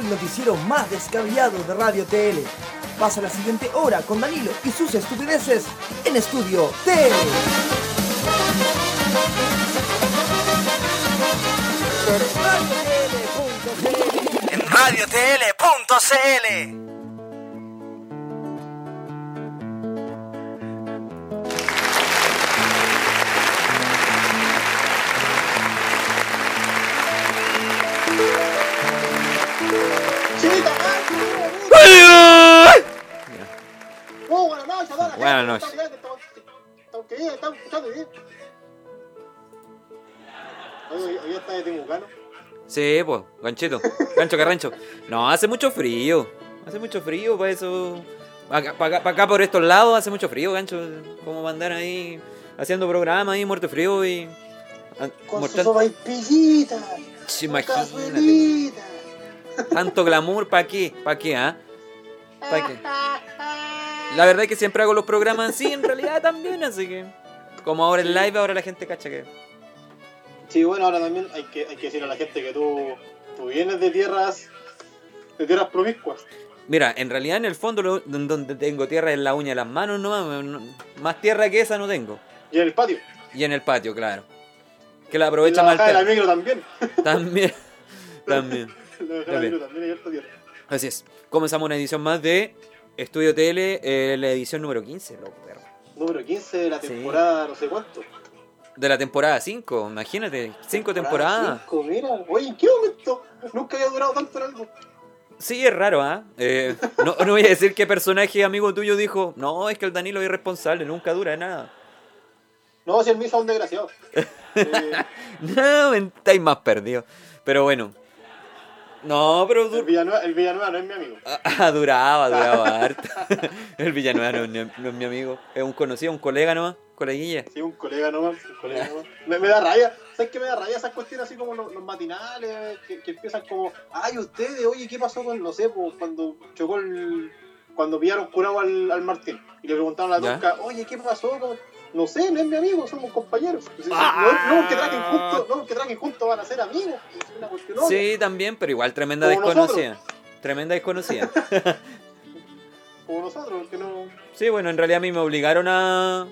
el noticiero más descabellado de Radio TL. Pasa la siguiente hora con Danilo y sus estupideces en Estudio TL. En radiotl.cl Muy buenas noches a toda la Buenas gente, noches. que está mirando, está- está- que está escuchando bien. Hoy, hoy está de Timucano. Sí, pues, ganchito, gancho carrancho. No, hace mucho frío. Hace mucho frío para eso. Para acá, pa' acá por estos lados hace mucho frío, gancho. Como andar ahí haciendo programa ahí, muerto de frío y. an- Con mortal- su sopa y pillita. Sí, con imagínate. cazuelita. Tanto glamour, ¿para qué? ¿Para qué, ah? ¿Para qué? La verdad es que siempre hago los programas así, en realidad también, así que. Como ahora en live, ahora la gente cacha que. Sí, bueno, ahora también hay que, hay que decir a la gente que tú, tú vienes de tierras de tierras promiscuas. Mira, en realidad en el fondo lo- don- donde tengo tierra es la uña de las manos nomás, no- más tierra que esa no tengo. Y en el patio. Y en el patio, claro. Que la En la aprovecha mal. bajada de la perro. micro también. También. También. En la bajada de la También. micro también hay harta tierra. Así es. Comenzamos una edición más de Estudio Tele, eh, la edición número 15, loco, perro. Número 15 de la Sí. temporada, no sé cuánto. De la temporada 5, imagínate. 5 temporadas. Cinco, mira. Oye, ¿en qué momento? Nunca había durado tanto en algo. Sí, es raro, ¿ah? Eh, no, no voy a decir qué personaje amigo tuyo dijo, no, es que el Danilo es irresponsable, nunca dura nada. No, si el mismo es un desgraciado. Eh, No, estáis más perdido. Pero bueno. No, pero el, dur- Villanueva, el Villanueva no es mi amigo. Ah, ah, duraba, duraba harto. El Villanueva no, es mi- no es mi amigo, es un conocido, un colega nomás, coleguilla. Sí, un colega nomás. Un colega nomás. Me, me da rabia. ¿Sabes qué me da rabia esas cuestiones así como los, los matinales? Que, que empiezan como, ay, ustedes, oye, ¿qué pasó con, no sé, po, cuando chocó el. Cuando pillaron curado al, al Martín? Y le preguntaron a la Ya. turca, oye, ¿qué pasó con.? No sé, no es mi amigo, somos compañeros. Pues, Ah. No, no, que trajen juntos, no, que trajen juntos van a ser amigos. Es una cuestión obvia. Sí, también, pero igual tremenda Como desconocida. Tremenda desconocida. Como nosotros, porque no. Sí, bueno, en realidad a mí me obligaron a...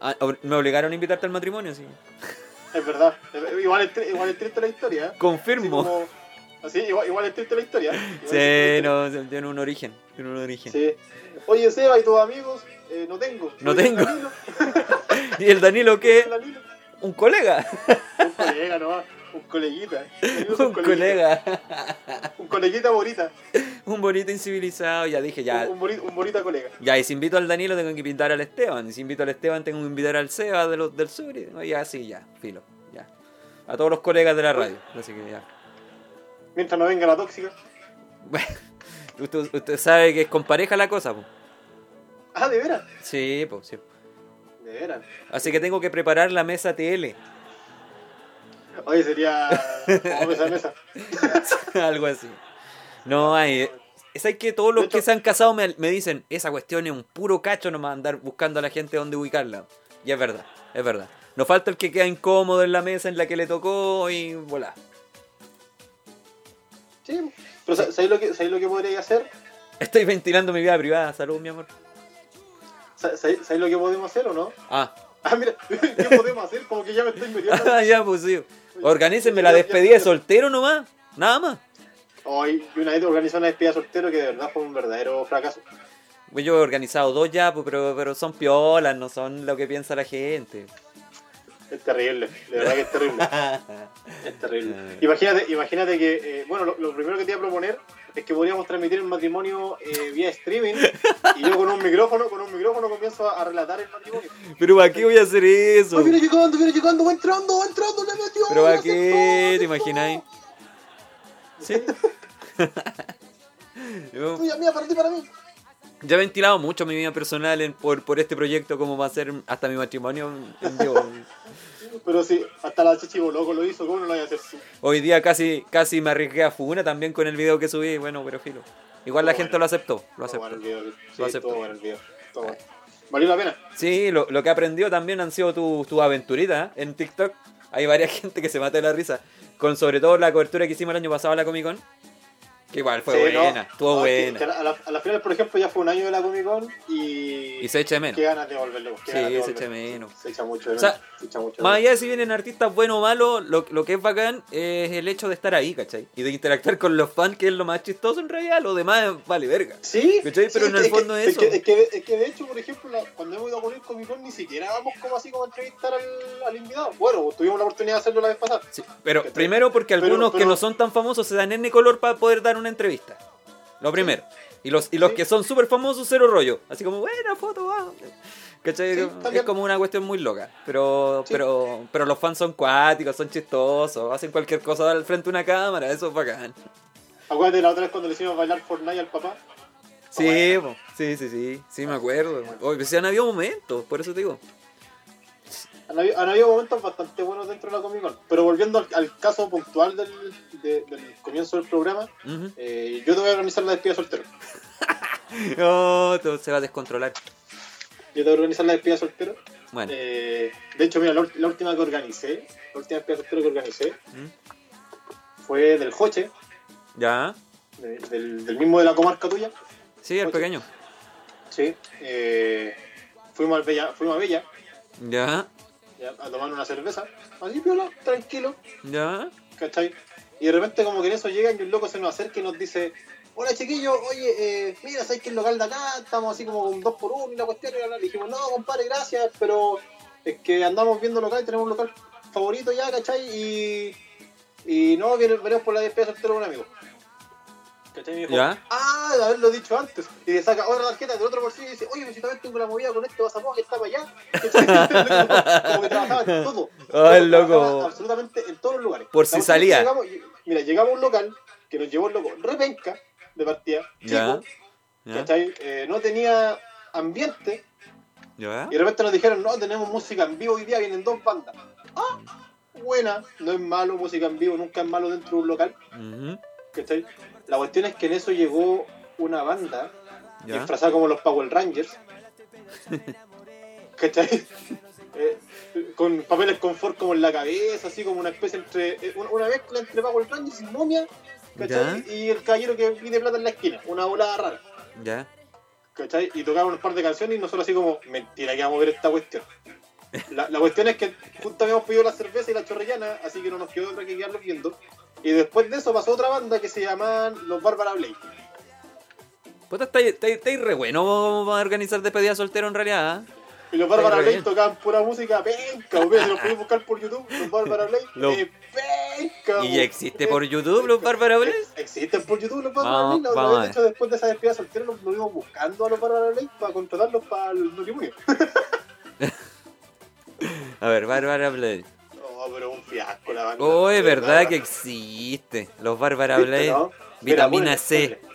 a- ob- me obligaron a invitarte al matrimonio, sí. Es verdad. Igual es, tri- igual es triste la historia. ¿eh? Así Confirmo. como- así, igual, igual es triste la historia. ¿eh? Igual es triste Sí, la no, se- tiene un origen. Tiene un origen. historia. Sí. Oye, Seba y tus amigos, eh, no tengo. No Oye, tengo. Danilo, ¿Y el Danilo qué? la Lila. Un colega. Un colega nomás, un coleguita. Danilo es Un coleguita. colega. Un coleguita bonita. Un bonito incivilizado. Ya dije, ya. Un, un boni- un bonita colega. Ya, y si invito al Danilo, tengo que invitar al Esteban. Y si invito al Esteban, tengo que invitar al Seba de los, del sur. Y y ya, sí, ya. Filo. Ya. A todos los colegas de la radio. Así que ya. Mientras no venga la tóxica. Bueno, usted, usted sabe que es con pareja la cosa, po. Ah, de veras. Sí, po, sí. De veras. Así que tengo que preparar la mesa TL. Oye, sería. Como mesa a mesa. Algo así. No hay. eh, ¿Sabes que todos los De hecho- que se han casado me, me dicen, esa cuestión es un puro cacho nomás andar buscando a la gente dónde ubicarla? Y es verdad, es verdad. Nos falta el que queda incómodo en la mesa en la que le tocó y voilà. Sí. Pero ¿sabes sabes lo que, sabes lo que podría hacer? Estoy ventilando mi vida privada. Salud, mi amor. ¿Sabes- ¿Sabes sabes lo que podemos hacer o no? Ah, Ah, mira, ¿qué podemos hacer? Como que ya me estoy metiendo. ya, pues sí. Organícenme la despedida de soltero nomás. Nada más. Hoy una vez organizó una despedida de soltero que de verdad fue un verdadero fracaso. Pues yo he organizado dos ya, pues, pero, pero son piolas, no son lo que piensa la gente. Es terrible, de verdad que es terrible. Es terrible. Imagínate, imagínate que, eh, bueno, lo, lo primero que te iba a proponer es que podríamos transmitir el matrimonio eh, vía streaming y yo con un micrófono, con un micrófono comienzo a, a relatar el matrimonio. pero ¿para qué voy a hacer eso? ¡Ay, viene llegando, viene llegando, va entrando, va entrando, le metió. Pero le aquí, aceptó, ¿te aceptó. imagináis? Sí. Yo Tuya, mía, para ti, para mí. ya he ventilado mucho mi vida personal en- por, por este proyecto, como va a ser hasta mi matrimonio en vivo. Pero sí, hasta la chichi loco lo hizo, ¿cómo no lo voy a hacer? Sí. Hoy día casi, casi me arriesgué a Funa también con el video que subí, bueno, pero filo. Igual la Oh, Bueno. gente lo aceptó, lo Estuvo bueno aceptó. el video, sí, Lo acepto. estuvo bueno el video, estuvo bueno. Valió la pena. Sí, lo, lo que aprendió también han sido tus tu aventuritas ¿eh? en TikTok. Hay varias gente que se mata de la risa. Con sobre todo la cobertura que hicimos el año pasado a la Comic Con. Que igual fue Sí, ¿no? buena, estuvo No, es que- buena. que a, la, a la- a la final, por ejemplo, ya fue un año de la Comic Con y. Y se echa Qué de menos. ganas de volverlo. qué Sí, ganas de se echa volverlo. de menos. Se echa mucho de O sea, menos, se echa mucho de Más menos. allá de si vienen artistas bueno o malo, lo, lo que es bacán es el hecho de estar ahí, ¿cachai? Y de interactuar con los fans, que es lo más chistoso en realidad, lo demás vale verga. Sí, ¿Cachai? sí, Pero en el que- fondo que, es que- eso. Es que, es que de hecho, por ejemplo, la- cuando hemos ido a poner Comic Con ni siquiera vamos como así como a entrevistar al, al invitado. Bueno, tuvimos la oportunidad de hacerlo la vez pasada. Sí, pero ¿Cachai? primero porque Pero- algunos que pero- no son tan famosos se dan en color para poder dar una entrevista. Lo primero. Y los, y los Sí. que son súper famosos, cero rollo. Así como, buena foto, wow. ¿Cachai? Sí, es también. como una cuestión muy loca. Pero, Sí. pero, pero los fans son cuáticos, son chistosos, hacen cualquier cosa al frente de una cámara, eso es bacán. Acuérdate la otra vez cuando le hicimos bailar Fortnite al papá. Sí, po. sí, sí, sí, sí, me acuerdo. Oye, pues sí han habido momentos, por eso te digo. Han habido, han habido momentos bastante buenos dentro de la Comic Con. Pero volviendo al, al caso puntual del, de- del comienzo del programa, Ujú. eh, yo te voy a organizar la despedida de soltero. Oh, todo se va a descontrolar. Yo te voy a organizar la despedida de soltero. Bueno, Eh, de hecho, mira, la, ul- la última que organicé, la última despedida de soltero que organicé ¿Mm? fue del Joche, ya. de- del, del mismo de la comarca tuya. Sí, el Oye. pequeño. Sí. Eh, fuimos, al Bella, fuimos a Bella Ya, ya, a tomar una cerveza. Así, piola, tranquilo. ya. ¿cachai? Y de repente como que en eso llegan y un loco se nos acerca y nos dice, hola chiquillos, oye, eh, mira, ¿sabes que el local de acá? Estamos así como con dos por uno y la cuestión y bla, bla". Le dijimos, no, compadre, gracias, pero es que andamos viendo local, tenemos un local favorito ya, ¿cachai? Y, y no, viene- venimos por la despedida de soltero con un amigo. ¿Cachai? Y me dijo, Ya. ah, de haberlo dicho antes. Y le saca otra tarjeta del otro bolsillo y dice, oye, pues si también tengo la movida con este basamoa que está para allá. ¿Cachai? como que trabajaba en todo. Ay, el loco. Trabajaba Absolutamente en todos los lugares. Por si La cuestión es que salía. llegamos y- mira, llegamos a un local que nos llevó el loco repenca de partida. Ya. chico, Ya. ¿cachai? Eh, no tenía ambiente Ya. y de repente nos dijeron, no, tenemos música en vivo hoy día, vienen dos bandas. Ah, buena, no es malo música en vivo, nunca es malo dentro de un local. Ujú, ¿cachai? La cuestión es que en eso llegó una banda Ya. disfrazada como los Power Rangers. ¿Cachai? Eh, con papeles confort como en la cabeza, así como una especie entre. eh, una, una mezcla entre Power Rangers y momia, ¿cachai? Y el caballero que pide plata en la esquina, una volada rara, Ya. ¿cachai? Y tocaban un par de canciones y nosotros así como, mentira que vamos a ver esta cuestión. La, la cuestión es que justo habíamos pedido la cerveza y la chorrellana, así que no nos quedó otra que quedarnos viendo. Y después de eso pasó otra banda que se llamaban Los Bárbara Blade. Puta, estáis está, re bueno para organizar despedida soltero en realidad. ¿eh? Y los Bárbara Está Blade bien. tocaban pura música penca, o sea, si los podéis buscar por YouTube, los Bárbara Blade Lo- eh, penca. ¿Y po. ya existe por YouTube los Bárbara Blade? Ex- Existen por YouTube los Bárbara Vamos, Blade. la otra vamos vez, a de hecho, después de esa despedida soltera, nos nos vimos buscando a los Bárbara Blade para contratarlos para el matrimonio. A ver, Bárbara Blade. No, pero un fiasco la banda. Oh, es De verdad que existe. Los Bárbara ¿Viste, Blade. no? Mira, Vitamina ponele, C. ponele.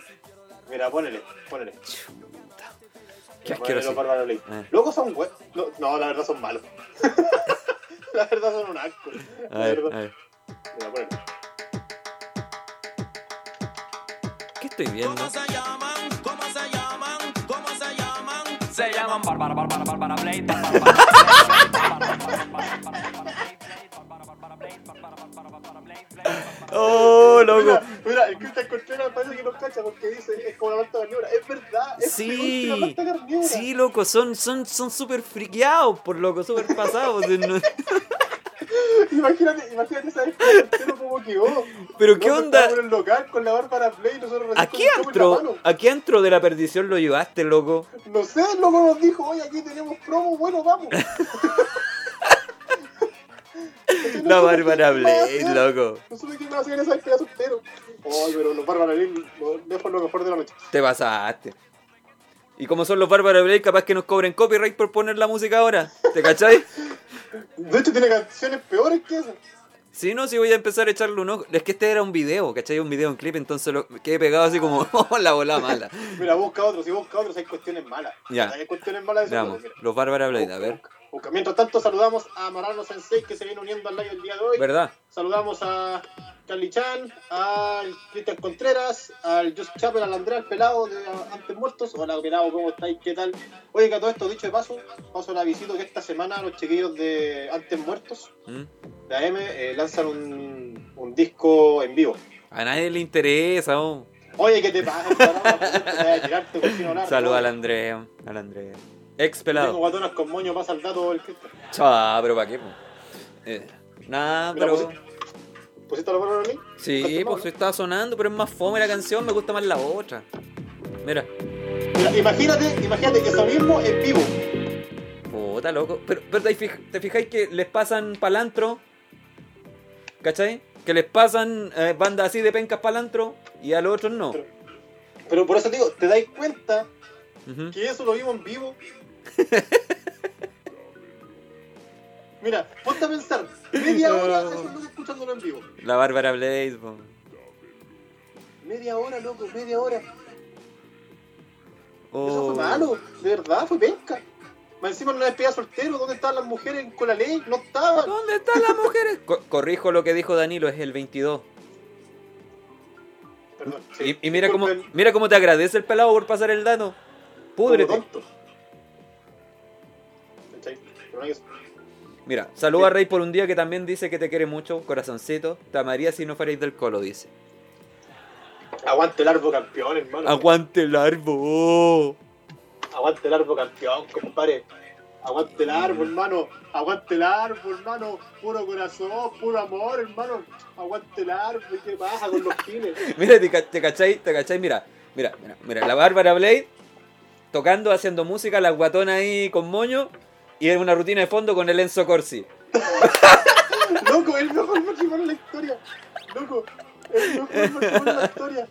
Mira, ponele, ponele. Chuta. Qué Mira, ponele asqueroso. los Bárbara Blade. Ah. Luego son buenos. No, no, la verdad son malos. la verdad son un asco. A La ver, verdad. a ver. Mira, ponele. ¿Qué estoy viendo? ¿Cómo se llaman? ¿Cómo se llaman? ¿Cómo se llaman? Se llaman Bárbara, Bárbara, Bárbara Blade. Bárbara, Bárbara Blade, Bárbara Blade, Oh, loco. Mira, mira, el Cristian Contreras parece que no cacha porque dice es como la planta carnívora. Es verdad, es peor que la Sí, planta carnívora. sí, loco, son son son súper friqueados, por loco, súper pasados. No- Imagínate, imagínate esa vez que el Contreras como quedó. Pero qué Nosotros onda. estábamos En el local con la Bárbara Play y nosotros recién ¿A con qué el chavo en la antro, a qué antro de la perdición lo llevaste, loco? mano. No sé, el loco nos dijo, oye, aquí tenemos promo, bueno, vamos. Entonces, La no supe Bárbara qué iba a Blade, hacer. loco. No supe qué iba a hacer esa vez que era soltero. Ay, pero los Bárbara Blade lo dejo lo mejor de la noche. Te pasaste. Y como son los Bárbara Blade, capaz que nos cobren copyright por poner la música ahora. ¿Te cachai? De hecho, tiene canciones peores que esas. Si no, si voy a empezar a echarle un ojo. Es que este era un video, ¿cachai? Un video, un clip, entonces lo, me quedé pegado así como "Oh, la bola mala. Mira, busca otros, si busca otros hay cuestiones malas. Ya. Hay cuestiones malas de Veamos, su mira. los Bárbara Blade, a ver. Busca, busca. Mientras tanto, saludamos a Marano Sensei que se viene uniendo al live el día de hoy. ¿Verdad? Saludamos a Charlie Chan, al Cristian Contreras, al Just Chapel, al Andrés Pelado de Antes Muertos. Hola, Pelado, ¿cómo estáis? ¿Qué tal? Oye, que a todo esto dicho de paso, paso la visita que esta semana los chiquillos de Antes Muertos, ¿Mm? de AM, eh, lanzan un, un disco en vivo. A nadie le interesa, oh. Oye, ¿qué te pasa? Pará, Te vas a tirar, te cuestión hablar. Saluda al Andrea, al Andrea. Ex Tengo pelado. guatonas con moño, pasa el dato el Cristo. Chá, pero ¿para qué? po? Eh, nada, Mira, pues, pero. pusiste- ¿Pusiste la palabra a mí? Sí, pues está sonando, pero es más fome la canción, me gusta más la otra. Mira, Mira, Imagínate, imagínate que eso mismo en vivo. puta loco. Pero, pero te, fij- te fijáis que les pasan palantro, ¿cachai? Que les pasan eh, bandas así de pencas palantro y a los otros no. Pero por eso te digo, ¿te dais cuenta Ujú. que eso lo vimos en vivo? Mira, ponte a pensar, media hora eso es lo que escuchándolo en vivo. La Bárbara Blaze, po. Media hora, loco, media hora. Eso Oh. fue malo, de verdad, fue penca. Más encima no la despedida soltero, ¿dónde estaban las mujeres con la ley? No estaban. ¿Dónde están las mujeres? Co- corrijo lo que dijo Danilo, es el 22. Perdón. sí. Y, y mira, cómo, Disculpen, mira cómo te agradece el pelado por pasar el dato. Púdrete. como tonto. ¿Cachai? Pero no hay eso. Mira, saluda a Rey por un día que también dice que te quiere mucho, corazoncito. Te amaría si no fuerais del colo, dice. Aguante el árbol campeón, hermano. Aguante el árbol. Aguante el árbol campeón, compadre. Aguante el árbol, hermano. Aguante el árbol, hermano. Puro corazón, puro amor, hermano. Aguante el árbol. ¿Qué pasa con los pines? Mira, te, ca- te cachai, te cachai, mira, mira, mira, mira, la Bárbara Blade tocando, haciendo música, la guatona ahí con moño y en una rutina de fondo con el Enzo Corsi. Loco, el mejor matrimonio de la historia. Loco, el mejor matrimonio de la historia.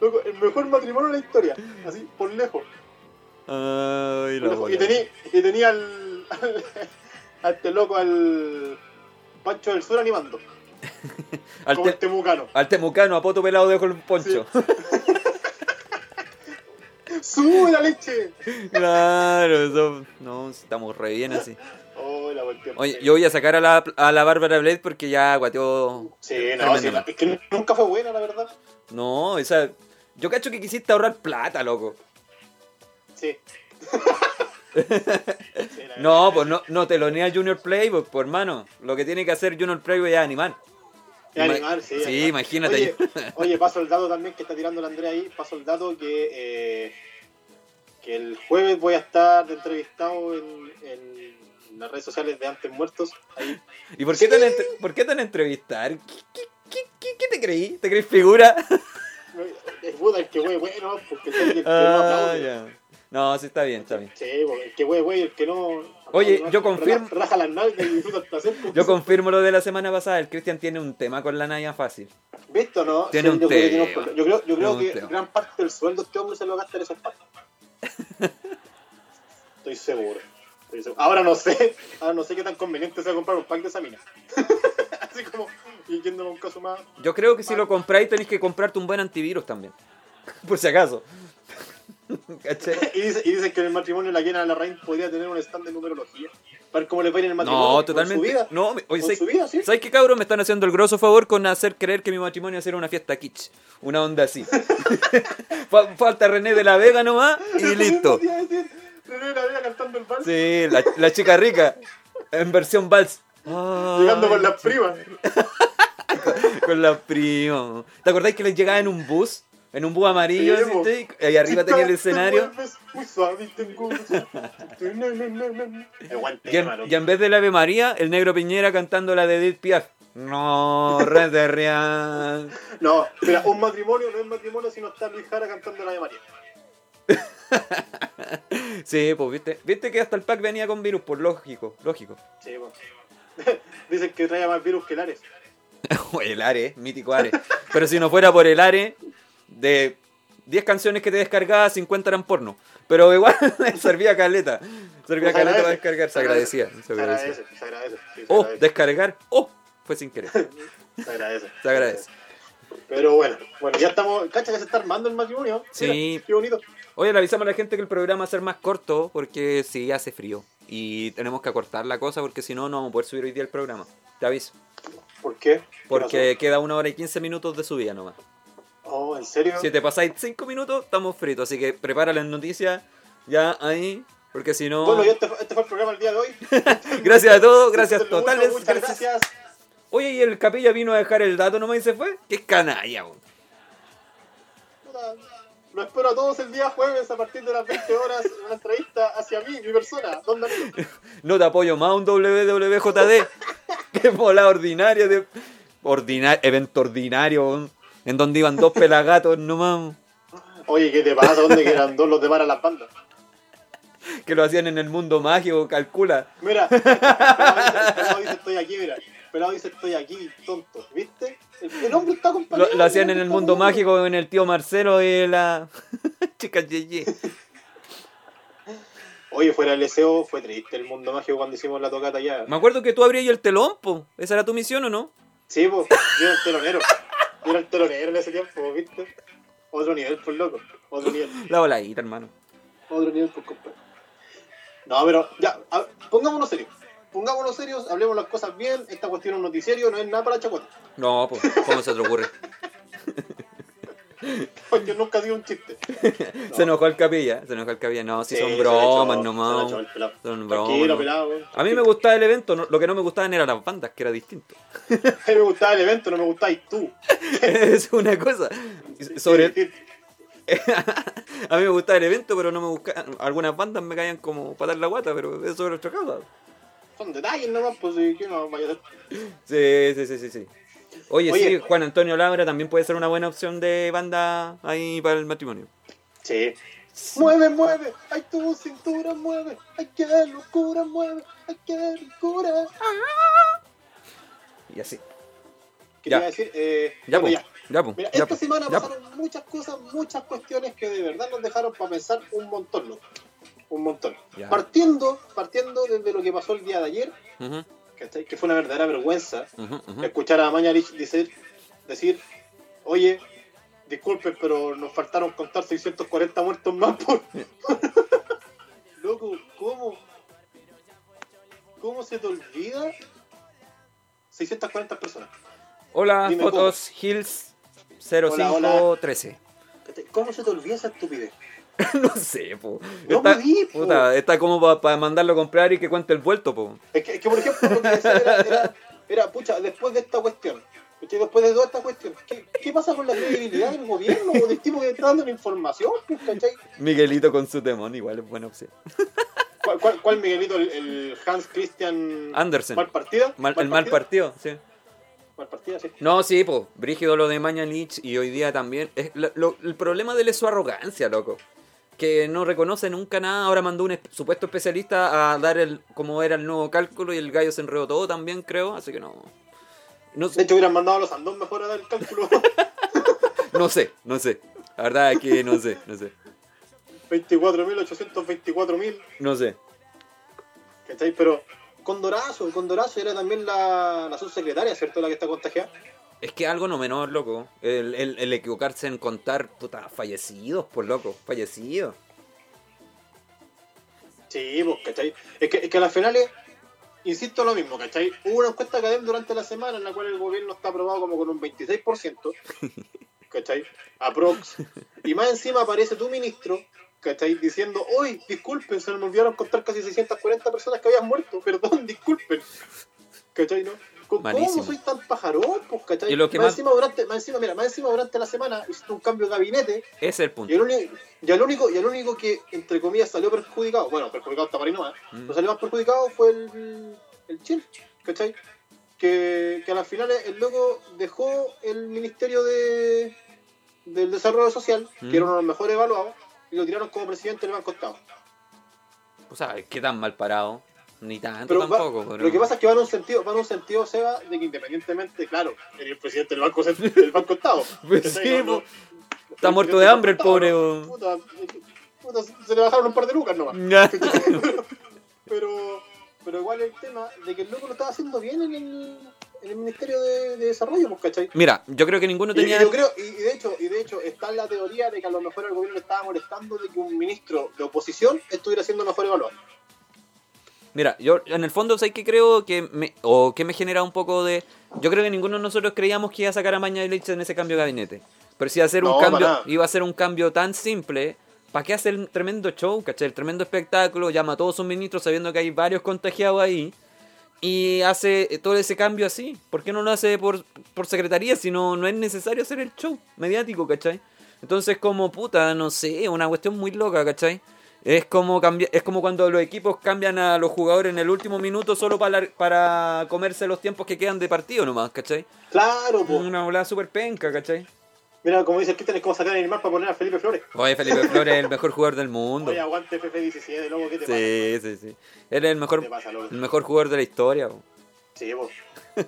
Loco, el mejor matrimonio de la historia. Así, por lejos. Ay, Por la lejos. wea. Y tenía y tenía al, al- a este loco, al Pancho del Sur animando. al, como este te- el temucano. al temucano, a poto pelado dejo el poncho. ¡Sube la leche! claro, eso, no, estamos re bien así. Oh, la volteé. Oye, yo voy a sacar a la, a la Bárbara Blade porque ya guateó. Sí, no, sí, la- es que nunca fue buena, la verdad. No, esa. Yo cacho que quisiste ahorrar plata, loco. Sí. Sí, la No, pues no, no telonea al Junior Playboy, pues hermano. Lo que tiene que hacer Junior Playboy es animar. Y animar, sí. Sí, animar. imagínate. Oye, oye, paso el dato también que está tirando el Andrea ahí. Paso el dato que, eh, que el jueves voy a estar de entrevistado en, en las redes sociales de Antes Muertos. Ahí. ¿Y por qué, tan, entre- por qué tan entrevistar? ¿Qué, qué- qué- qué- qué te creí? ¿Te creí figura? Es Buda Eh, el que güey, bueno, porque es el que no Ah, aplaude. ya. No, sí está bien, está bien. Sí, porque el que güey, güey, el que no. Oye, no- yo raja- confirmo- Raja las nalgas y disfruta pues. el placer. Yo confirmo lo de la semana pasada, el Cristian tiene un tema con la Naya fácil. ¿Viste o no? Tiene Sí, un yo, creo que tema. tiene un problema. yo creo, yo creo un que tema. gran parte del sueldo de este hombre se lo gasta en esas partes. Estoy seguro. Estoy seguro. Ahora no sé, ahora no sé qué tan conveniente sea comprar un pack de esa mina. Así como, y yéndome a un caso más. Yo creo que si lo compráis tenéis que comprarte un buen antivirus también. Por si acaso. ¿Cachai? Y dice- y dicen que en el matrimonio la llena de la reina podría tener un stand de numerología. Para ver cómo le va a ir en el matrimonio. No, con totalmente. Su vida. No, me- Con oye, ¿sabes, su vida, sí. ¿sabes qué cabrón? Me están haciendo el grosso favor con hacer creer que mi matrimonio va a ser una fiesta kitsch. Una onda así. Fa- Falta René de la Vega nomás y listo. Podría decir, René la Vega cantando el vals, Sí, la, la chica rica. En versión vals. Ay, llegando con las primas. Con la prima. ¿Te acordáis que les llegaba en un bus? En un bus amarillo, Sí, así, po. sí, y arriba tenía el Te escenario. vuelves muy suave y te engulles. No, no, no, no, no. Es buen Y en, tema, loco. y en vez de la Ave María, el negro Piñera cantando la de Edith Piaf. No, Red de Real. No, mira, un matrimonio no es matrimonio si no está Luis Jara cantando la de María. Sí, pues viste, viste que hasta el pack venía con virus, por lógico, lógico. Sí, po. Dicen que trae más virus que Lares. el Are, mítico Are. Pero si no fuera por el Are, de 10 canciones que te descargabas, 50 eran porno. Pero igual servía caleta. Servía Se agradece, caleta para descargar. Se se agradece, agradecía. Se Se agradecía. agradece, se agradece. sí, se Oh, agradece, descargar. Oh, fue sin querer. se agradece. Se agradece. Pero bueno, bueno, ya estamos. Cacha, ya se está armando el matrimonio. Mira, Sí. qué bonito. Oye, le avisamos a la gente que el programa va a ser más corto porque sí hace frío. Y tenemos que acortar la cosa porque si no, no vamos a poder subir hoy día el programa. Te aviso. ¿Por qué? ¿Qué Porque queda una hora y 15 minutos de subida nomás. pasó? Oh, ¿en serio? Si te pasáis 5 minutos, estamos fritos. Así que prepara las noticias ya ahí. Porque si no. Bueno, y este, fue- este fue el programa el día de hoy. Gracias a todos, gracias Disfrútenlo mucho, totales. Muchas gracias. gracias. Oye, y el capilla vino a dejar el dato nomás y se fue. Qué canalla, weón. puta, lo espero a todos el día jueves a partir de las 20 horas en una entrevista hacia mí, mi persona, don Danilo. No te apoyo más un WWJD. Qué bola ordinaria de. Ordina- evento ordinario, weón, en donde iban dos pelagatos nomás, Oye, ¿qué te pasa? ¿Dónde que eran dos los de para las bandas? que lo hacían en el mundo mágico, calcula. Mira, Pelado dice estoy aquí, mira. Pelado dice estoy aquí, tonto. ¿Viste? El, el hombre está acompañado. Lo, lo hacían el hombre en el está mundo acompañado. mágico, en el tío Marcelo y la chica Yeye. Oye, fuera del SEO fue triste el mundo mágico cuando hicimos la tocata allá. Me acuerdo que tú abrías el telón, po. ¿Esa era tu misión o no? Sí, pues, yo era el telonero. Yo era el telonero en ese tiempo, ¿viste? Otro nivel, por loco. Otro nivel. La voladita, hermano. Otro nivel, por compadre. No, pero ya, a- pongámonos serios. Pongámonos serios, hablemos las cosas bien. Esta cuestión es un noticiero, no es nada para la chacota. No, po, ¿cómo se te ocurre? Porque Pues, nunca ha sido un chiste. Se enojó el capilla, se enojó el capilla. No, si son Sí, bromas se la echó, se la nomás. echó el pelado. Son Tranquilo, bromas. pelado, ¿no? weón. A mí me gustaba el evento, no- lo que no me gustaban eran las bandas, que era distinto. A mí me gustaba el evento, no me gustáis tú. es una cosa. Sobre, Sí, sí. a mí me gustaba el evento, pero no me buscaban. Algunas bandas me caían como patar la guata, pero eso era otra cosa. Son detalles nomás, pues sí, que no vaya a ser. Sí, sí, sí, sí. sí. Oye, Oye. sí, Juan Antonio Labra también puede ser una buena opción de banda ahí para el matrimonio. Sí. Mueve, mueve, ay tu cintura mueve, ay qué locura mueve, ay qué locura. Y así. Quería Ya. decir, eh, Ya, bueno, pues. ya. Ya, pues. Mira, ya, esta pues, semana ya, pues. pasaron muchas cosas, muchas cuestiones que de verdad nos dejaron para pensar un montón, loco. Un montón. Ya. Partiendo, partiendo desde lo que pasó el día de ayer, Ujú, ¿cachai? que fue una verdadera vergüenza ujú, ujú. escuchar a Mañarich decir, decir, oye, disculpen, pero nos faltaron contar 640 muertos más por... Loco, ¿cómo? ¿Cómo se te olvida 640 personas? Hola, Dime fotos Hills Hola, 0513. ¿Cómo se te olvida esa estupidez? no sé, po. No está, me di, po. puta, está como para mandarlo a comprar y que cuente el vuelto, po. Es que, es que, por ejemplo, lo que decía era, era, era, pucha, después de esta cuestión, ¿cachai? después de toda esta cuestión, ¿qué, qué pasa con la credibilidad del gobierno o del tipo que está dando la información? pues, ¿cachai? Miguelito con su temón, igual es buena opción. ¿Cuál, cuál, cuál Miguelito? ¿El, el Hans Christian Andersen. ¿Mal partida? Mal- el mal partido, sí. Mal partida, sí. No, sí, po. Brígido lo de Mañalich y hoy día también. Es la- lo- el problema de él es su arrogancia, loco. Que no reconoce nunca nada. Ahora mandó un es- supuesto especialista a dar el como era el nuevo cálculo y el gallo se enredó todo también, creo. Así que no. No, De sé- hecho, hubieran mandado a los Andón mejor a dar el cálculo. no sé, no sé. La verdad es que no sé, no sé. 24.824.000, No sé. ¿cachai? Pero Condorazo, Condorazo era también la, la subsecretaria, ¿cierto? La que está contagiada. Es que algo no menor, loco. El, el- el equivocarse en contar, puta, fallecidos, pues, loco. Fallecidos. Sí, pues, ¿cachai? Es que, es que a las finales, insisto lo mismo, ¿cachai? Hubo una encuesta que dieron durante la semana en la cual el gobierno está aprobado como con un 26%, ¿cachai? Aprox. Y más encima aparece tu ministro, ¿cachai? Diciendo, hoy, disculpen, se me olvidaron contar casi 640 personas que habían muerto, perdón, disculpen. ¿Cachai, no? ¿Con- Malísimo. ¿Cómo soy tan pajarón, pues, cachai? Y lo que más, más- encima durante, más encima, mira, más encima durante la semana hiciste un cambio de gabinete Ese es el y punto. el, único, y el único, y el único que, entre comillas, salió perjudicado, bueno, perjudicado está para ahí nomás, Mm. pero salió más perjudicado fue el, el Chil, ¿cachai? Que, que a las finales el loco dejó el Ministerio de, del Desarrollo Social, Mm. que era uno de los mejores evaluados, y lo tiraron como presidente del Banco Estado. O sea, qué tan mal parado. Ni tanto Pero va- tampoco. pero- Lo que pasa es que va en un sentido, va en un sentido Seba, de que independientemente, claro, era el presidente del Banco, Cent- del banco Estado. Pues ¿cachai? sí, No- po. no- Está el presidente muerto de del hambre el Banco pobre. Estado, weón. Puta, puta, se le bajaron un par de lucas nomás. pero, pero igual el tema de que el loco lo estaba haciendo bien en el, en el Ministerio de, de Desarrollo, pues, ¿cachai? Mira, yo creo que ninguno Y, y tenía. yo creo, y, y de hecho, y de hecho, está la teoría de que a lo mejor al gobierno le estaba molestando de que un ministro de oposición estuviera siendo mejor evaluado. Mira, yo en el fondo, ¿sabes qué creo que me, o que me genera un poco de. Yo creo que ninguno de nosotros creíamos que iba a sacar a Maña de Leche en ese cambio de gabinete. Pero si iba a ser No, un para cambio, nada. iba a ser un cambio tan simple, ¿para qué hacer el tremendo show, cachai? El tremendo espectáculo, llama a todos sus ministros sabiendo que hay varios contagiados ahí. Y hace todo ese cambio así. ¿Por qué no lo hace por, por secretaría si no, no es necesario hacer el show mediático, cachai? Entonces, como puta, no sé, una cuestión muy loca, ¿cachai? Es como, cambi- es como cuando los equipos cambian a los jugadores en el último minuto solo para, para comerse los tiempos que quedan de partido nomás, ¿cachai? Claro, po. Una volada súper penca, ¿cachai? Mira, como dice el Cristian, es como sacar el animal para poner a Felipe Flores. Oye, Felipe Flores es el mejor jugador del mundo. Oye, aguante FF17, loco, ¿qué te pasa? Mm. Sí, Mm. sí, sí. Él es el mejor, Te pasa, loco. el mejor jugador de la historia. po. Sí, po.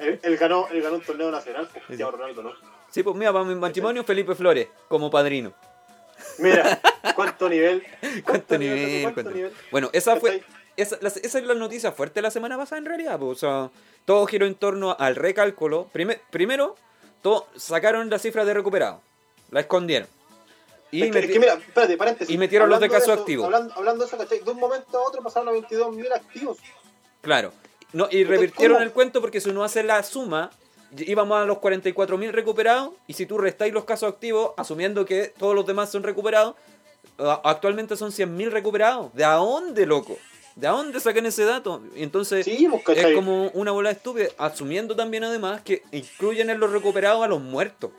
Él, él ganó, él ganó un torneo nacional, po. Cristiano Ronaldo, ¿no? Sí, pues mira, para mi matrimonio, Felipe Flores, como padrino. Mira, cuánto nivel. ¿Cuánto nivel? loco, cuánto nivel? Bueno, esa fue. Esa, las- esa es la noticia fuerte de la semana pasada en realidad. po. O sea, todo giró en torno al recálculo. Prime- primero, todo, sacaron la cifra de recuperado. La escondieron. Y es, que, es meti- que mira, espérate, paréntesis. y metieron los de Hablando caso eso, activo. Hablando, hablando de eso, ¿cachai? De un momento a otro pasaron a 22.000 activos. Claro. No, y revirtieron ¿cómo? el cuento porque si uno hace la suma, y- íbamos a los 44.000 recuperados y si tú restáis los casos activos, asumiendo que todos los demás son recuperados, a- actualmente son 100.000 recuperados. ¿De a dónde, loco? ¿De a dónde sacan ese dato? Y Entonces Sí, pues, ¿cachai? es como una bola estúpida, asumiendo también además que incluyen en los recuperados a los muertos.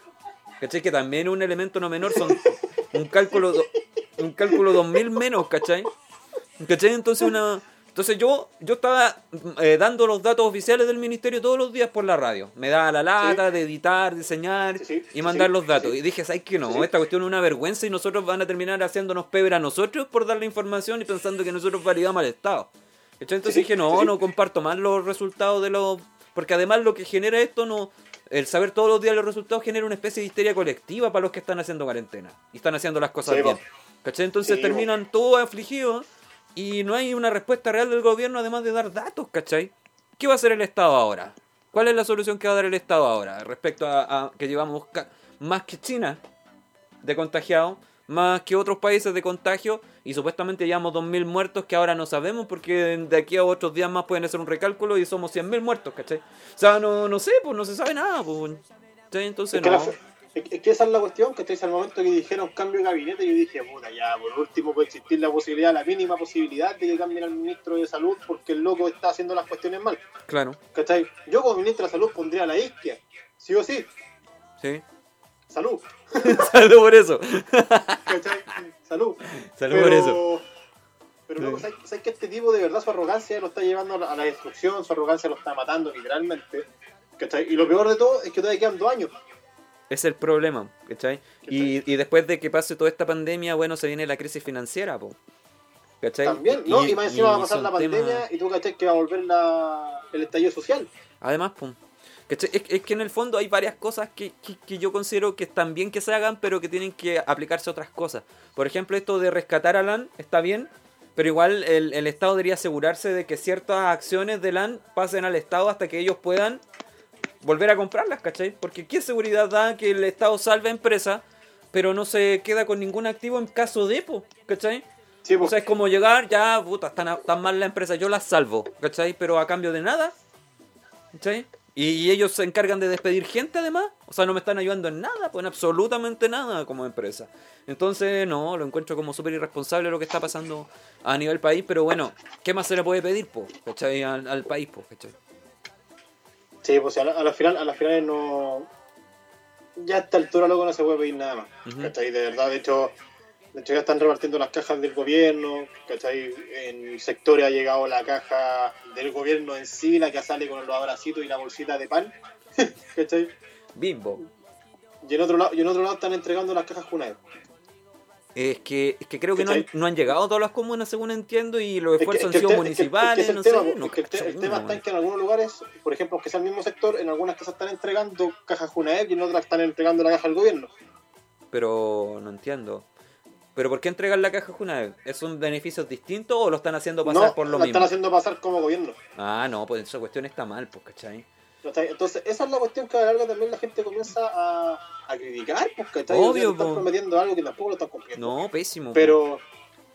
¿Cachai? Que también un elemento no menor son un cálculo do- un cálculo 2000 menos, ¿cachai? ¿Cachai? Entonces una entonces yo yo estaba mm, eh, dando los datos oficiales del ministerio todos los días por la radio. Me daba la lata de editar, diseñar Sí, sí, y sí, mandar sí, los sí, datos. sí. Y dije, ¿sabes qué no? Sí. Esta cuestión es una vergüenza y nosotros van a terminar haciéndonos pebre a nosotros por dar la información y pensando que nosotros validamos al Estado. ¿Cachai? Entonces Sí, dije, no, sí, sí. no comparto más los resultados de los... Porque además lo que genera esto no... El saber todos los días los resultados genera una especie de histeria colectiva para los que están haciendo cuarentena. Y están haciendo las cosas Sí, bien. po. ¿Cachai? Entonces Sí, po. terminan todos afligidos y no hay una respuesta real del gobierno además de dar datos, ¿cachai? ¿Qué va a hacer el Estado ahora? ¿Cuál es la solución que va a dar el Estado ahora respecto a, a que llevamos ca- más que China de contagiados, más que otros países de contagio y supuestamente llevamos 2.000 muertos que ahora no sabemos porque de aquí a otros días más pueden hacer un recálculo y somos 100.000 muertos, ¿cachai? O sea, no, no sé, pues no se sabe nada, pues. ¿cachai? Entonces Es que, la- no. es que- es que esa es la cuestión, que estáis al momento que dijeron cambio de gabinete, yo dije, puta, ya, por último puede existir la posibilidad, la mínima posibilidad de que cambien al ministro de salud porque el loco está haciendo las cuestiones mal. Claro, ¿Cachai? Yo como ministro de salud pondría a la isquia, sí o sí, sí. salud, Salud por eso. ¿cachai? Salud. Salud por eso. Pero Sí. luego, ¿sabes, sabes que este tipo de verdad su arrogancia lo está llevando a la, a la destrucción, su arrogancia lo está matando literalmente? ¿Cachai? Y lo peor de todo es que todavía quedan dos años. Es el problema, ¿cachai? Y, y después de que pase toda esta pandemia, bueno, se viene la crisis financiera, po. ¿cachai? También, ¿no? Y, más encima va a pasar son la pandemia temas- y tú cachai que va a volver la, el estallido social. Además, pum. ¿Cachai? Es, es que en el fondo hay varias cosas que, que- que yo considero que están bien que se hagan, pero que tienen que aplicarse a otras cosas. Por ejemplo, esto de rescatar a LAN está bien, pero igual el, el Estado debería asegurarse de que ciertas acciones de LAN pasen al Estado hasta que ellos puedan volver a comprarlas, ¿cachai? Porque ¿qué seguridad da que el Estado salve a empresas, pero no se queda con ningún activo en caso de, po, ¿cachai? Sí, pues, O sea, es como llegar, ya, puta, están, están mal la empresa, yo las salvo, ¿cachai? Pero a cambio de nada, ¿cachai? Y, ellos se encargan de despedir gente además, o sea, no me están ayudando en nada, pues en absolutamente nada como empresa. Entonces, no, lo encuentro como súper irresponsable lo que está pasando a nivel país, pero bueno, ¿qué más se le puede pedir, po? ¿Cachai? Al, al país, po, ¿cachai? sí, pues a la, a la final, a las finales no. Ya a esta altura, loco, no se puede pedir nada más. Ujú. ¿Cachai? De verdad, de hecho, de hecho ya están repartiendo las cajas del gobierno. ¿Cachai? En sectores ha llegado la caja del gobierno en sí, la que sale con los abracitos y la bolsita de pan. ¿Cachai? Bimbo. Y en otro lado, y en otro lado están entregando las cajas Junaed. Es que, es que creo que no han, ¿Cachai? no han llegado a todas las comunas, según entiendo, y los Es que- es esfuerzos que el han sido te- es que- es que municipales, ese no es el tema, sé. po, no es que el, te- cacho el tema está una, en weón. que en algunos lugares, por ejemplo, que sea el mismo sector, en algunas casas están entregando cajas Junaed y en otras están entregando la caja al gobierno. Pero no entiendo. ¿Pero por qué entregan la caja Junaed? ¿Es un beneficio distinto o lo están haciendo pasar No, por lo la mismo? están haciendo pasar como gobierno. Ah, no, pues esa cuestión está mal, pues, ¿cachai? ¿cachai? Entonces, esa es la cuestión que a la larga también la gente comienza a, a criticar, pues, ¿cachai? Obvio, O sea, están po. prometiendo algo que tampoco lo están cumpliendo. No, pésimo. pues. Pero,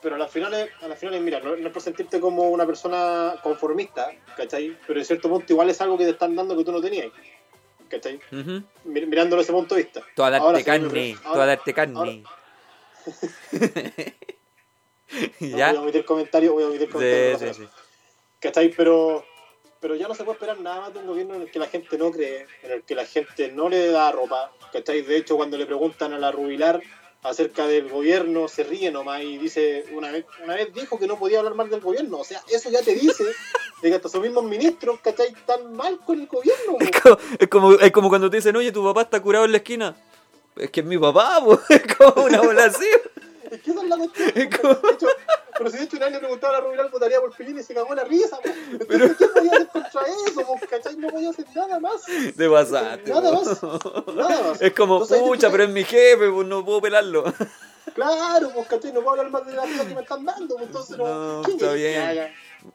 pero a las finales, a las finales, mira, no, no es por sentirte como una persona conformista, ¿cachai? Pero en cierto punto igual es algo que te están dando que tú no tenías, ¿cachai? Ujú. Mir- Mirándolo desde ese punto de vista. Tú a darte Ahora sí, carne, pero- tú ahora- a darte carne. ahora- No, ¿Ya? Voy a omitir comentarios, voy a omitir comentarios. Sí, sí, sí. ¿Cachai? Pero, pero ya no se puede esperar nada más de un gobierno en el que la gente no cree, en el que la gente no le da ropa. ¿Cachai? De hecho, cuando le preguntan a la rubilar acerca del gobierno se ríe nomás y dice, una vez, una vez dijo que no podía hablar mal del gobierno. O sea, eso ya te dice de que hasta sus mismos ministros, ¿cachai? Están mal con el gobierno. po. Es como, es como, es como cuando te dicen, oye, tu papá está curado en la esquina. Es que es mi papá, po. es como una bola así. Es que esa es la cuestión. Es como- De hecho, pero si de hecho nadie le preguntaba a la Rubiral, votaría por Piñera y se cagó la risa. po. Entonces, ¿qué podía hacer contra eso? po? ¿Cachai? No podía hacer nada más. Te pasaste. Nada po. más. Nada más. Es como, Entonces, ahí te pucha, fijáis- pero es mi jefe, pues no puedo pelarlo. Claro, pues ¿cachai? No puedo hablar más de la vida que me están dando. pues, Entonces, no. No, ¿qué está quieres que bien. haga?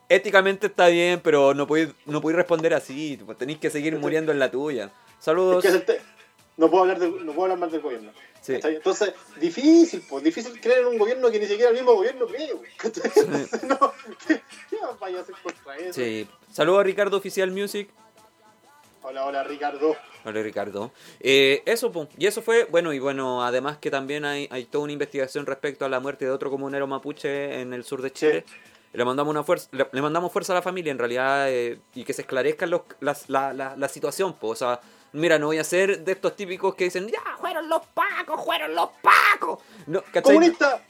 Éticamente está bien, pero no podéis no podéis responder así. pues, Tenéis que seguir muriendo en la tuya. Es Saludos. que es el te- no puedo hablar de, no puedo hablar mal del gobierno. Sí. ¿cachai? Entonces, difícil, pues, difícil creer en un gobierno que ni siquiera el mismo gobierno cree, güey, ¿cachai? Entonces, no, ¿qué, qué más vaya a hacer contra eso? Sí. Saludos a Ricardo Oficial Music. Hola, hola Ricardo. Hola Ricardo. Eh, eso, po. y eso fue, bueno, y bueno, además que también hay, hay toda una investigación respecto a la muerte de otro comunero mapuche en el sur de Chile. Le mandamos una fuerza, le, le mandamos fuerza a la familia en realidad eh, y que se esclarezca los- las- la, la- la situación, po. o sea, mira, no voy a ser de estos típicos que dicen, ya, fueron los pacos, fueron los pacos. No, ¿cachai? Comunista,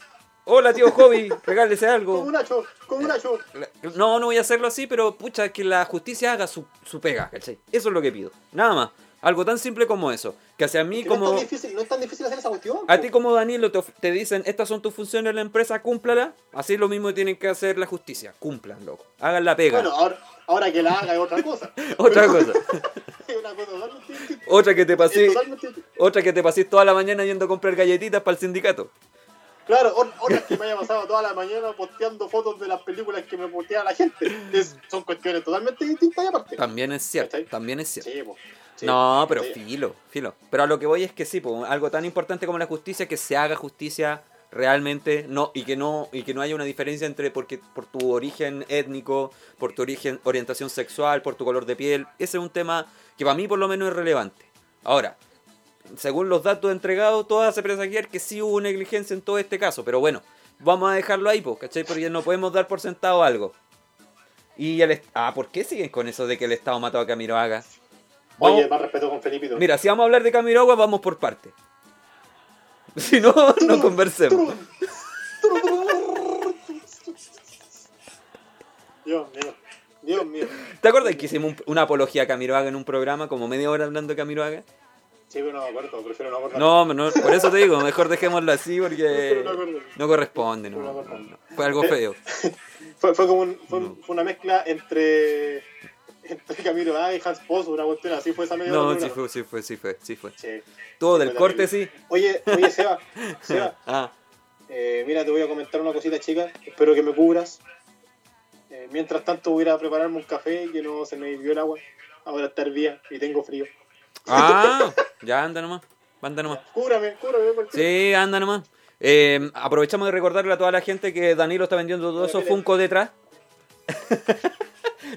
Hola tío Hobby, regálese algo. comunacho, comunacho. No, no voy a hacerlo así, pero pucha, que la justicia haga su, su pega, ¿cachai? Eso es lo que pido. Nada más. Algo tan simple como eso. Que hacia mí Que No, es como... tan difícil, no es tan difícil hacer esa cuestión. pues. A ti po. como Danilo te, of- te dicen, estas son tus funciones en la empresa, cúmplala. Así lo mismo tienen que hacer la justicia. Cúmplan, loco. Hagan la pega. Bueno, ahora, ahora que la haga es otra cosa. Otra Pero- cosa. es una cosa totalmente- Otra que te es pasé... totalmente- Otra que te pasé toda la mañana yendo a comprar galletitas para el sindicato. Claro, or- otras que me haya pasado toda la mañana posteando fotos de las películas que me postea la gente. Es- son cuestiones totalmente distintas y aparte. También es cierto, ¿Cachai? también es cierto. Sí, po. Sí. no, pero Sí. filo, filo. Pero a lo que voy es que sí, po, algo tan importante como la justicia, que se haga justicia realmente no y que no y que no haya una diferencia entre porque por tu origen étnico, por tu origen orientación sexual, por tu color de piel, ese es un tema que para mí por lo menos es relevante. Ahora, según los datos entregados, todo hace presagiar que sí hubo negligencia en todo este caso, pero bueno, vamos a dejarlo ahí, po, ¿cachai? Porque no podemos dar por sentado algo. Y el est- ah, ¿por qué siguen con eso de que el Estado mató a Camiroaga? Oye, Vamos- más respeto con Felipito. Mira, si vamos a hablar de Camiroaga, vamos por parte. Si no, no conversemos. Dios mío. Dios mío. ¿Te acuerdas que hicimos un- una apología a Camiroaga en un programa, como media hora hablando de Camiroaga? Sí, pero no me acuerdo, prefiero no acordarme. No, eh, no, por eso te digo, mejor dejémoslo así Pero porque no acuerdo. no corresponde. no, no, no. Fue algo feo. Fue, fue como un- fue, un- fue una mezcla entre, entre Camilo A y Hans Pozo, una cuestión así fue esa media hora No, de sí programa. fue, sí fue, sí fue, sí fue. Sí. Todo Sí, del fue corte, sí. terrible. Oye, oye, Seba, Seba, Ah, Eh, mira, te voy a comentar una cosita, chica. Espero que me cubras. Eh, mientras tanto, voy a ir a prepararme un café que no se me hirvió el agua. Ahora está hervía y tengo frío. ah, ya anda nomás, anda nomás. Cúbrame, cúbrame. por favor. Sí, anda nomás. Eh, aprovechamos de recordarle a toda la gente que Danilo está vendiendo todo eso Funko detrás.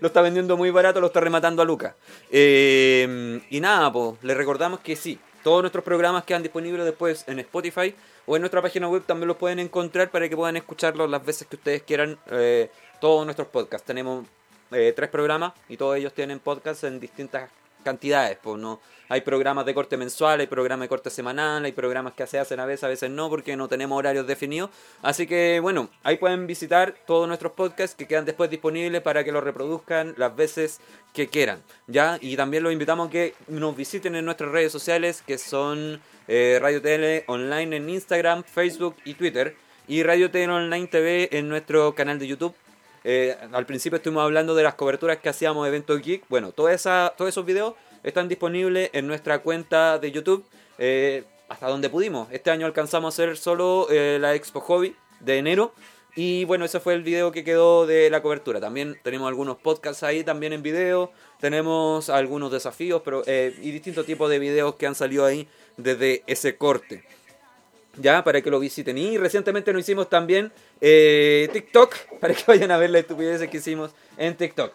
lo está vendiendo muy barato, lo está rematando a Lucas. Eh, y nada, pues, le recordamos que sí, todos nuestros programas quedan disponibles después en Spotify o en nuestra página web también los pueden encontrar para que puedan escucharlos las veces que ustedes quieran. eh, todos nuestros podcasts. Tenemos eh, tres programas y todos ellos tienen podcasts en distintas cantidades. Pues, no, hay programas de corte mensual, hay programas de corte semanal, hay programas que se hacen a veces, a veces no, porque no tenemos horarios definidos. Así que bueno, ahí pueden visitar todos nuestros podcasts que quedan después disponibles para que los reproduzcan las veces que quieran. ¿ya? Y también los invitamos a que nos visiten en nuestras redes sociales, que son eh, Radio Tele Online en Instagram, Facebook y Twitter. Y Radio Tele Online TV en nuestro canal de YouTube. Eh, al principio estuvimos hablando de las coberturas que hacíamos de Evento Geek. Bueno, toda esa, todos esos videos están disponibles en nuestra cuenta de YouTube eh, hasta donde pudimos. Este año alcanzamos a hacer solo eh, la Expo Hobby de enero. Y bueno, ese fue el video que quedó de la cobertura. También tenemos algunos podcasts ahí, también en video. Tenemos algunos desafíos pero, eh, y distintos tipos de videos que han salido ahí desde ese corte ya para que lo visiten. Y recientemente nos hicimos también eh, TikTok para que vayan a ver la estupidez que hicimos en TikTok.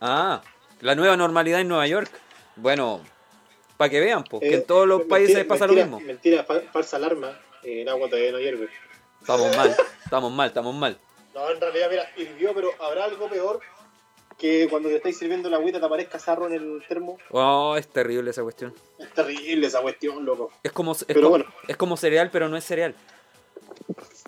Ah, la nueva normalidad en Nueva York. Bueno, para que vean, porque Eh, en todos los mentira, países pasa mentira, lo mismo. Mentira, fa- falsa alarma. Eh, El agua todavía no hierve. Estamos mal, estamos mal, estamos mal. No, en realidad, mira, hirvió, pero habrá algo peor que cuando te estáis sirviendo la agüita te aparezca sarro en el termo. Oh, es terrible esa cuestión. Es terrible esa cuestión, loco. Es como, es, Pero co- bueno. es como cereal, pero no es cereal.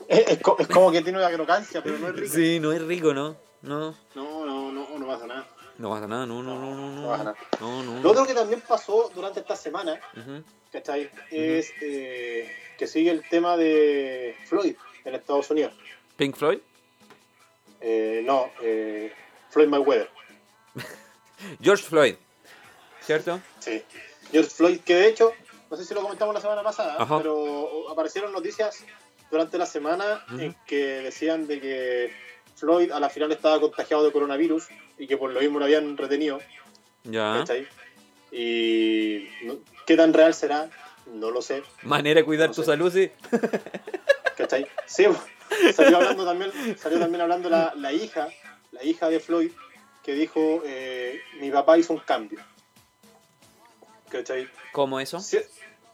Es, es co- es como que tiene una crocancia, pero no es rico. Sí, no es rico, ¿no? No, No, no, no, no pasa nada. no pasa nada, no, no, no, no. No pasa nada. No, no. Lo otro que también pasó durante esta semana, Ujú. ¿cachai? Es eh, que sigue el tema de Floyd en Estados Unidos. Pink Floyd. Eh, no, eh, Floyd Mayweather. George Floyd. ¿Cierto? Sí. George Floyd, que de hecho, no sé si lo comentamos la semana pasada, Ajá. pero aparecieron noticias durante la semana Ujú. en que decían de que Floyd a la final estaba contagiado de coronavirus y que por lo mismo lo habían retenido, Ya. ¿cachai? Y no- qué tan real será, no lo sé, Manera de cuidar No tu sé. salud, sí. ¿cachai? Sí, salió hablando también, salió también hablando la, la hija, la hija de Floyd, que dijo, eh, mi papá hizo un cambio, ¿cachai? ¿Cómo eso? Sí,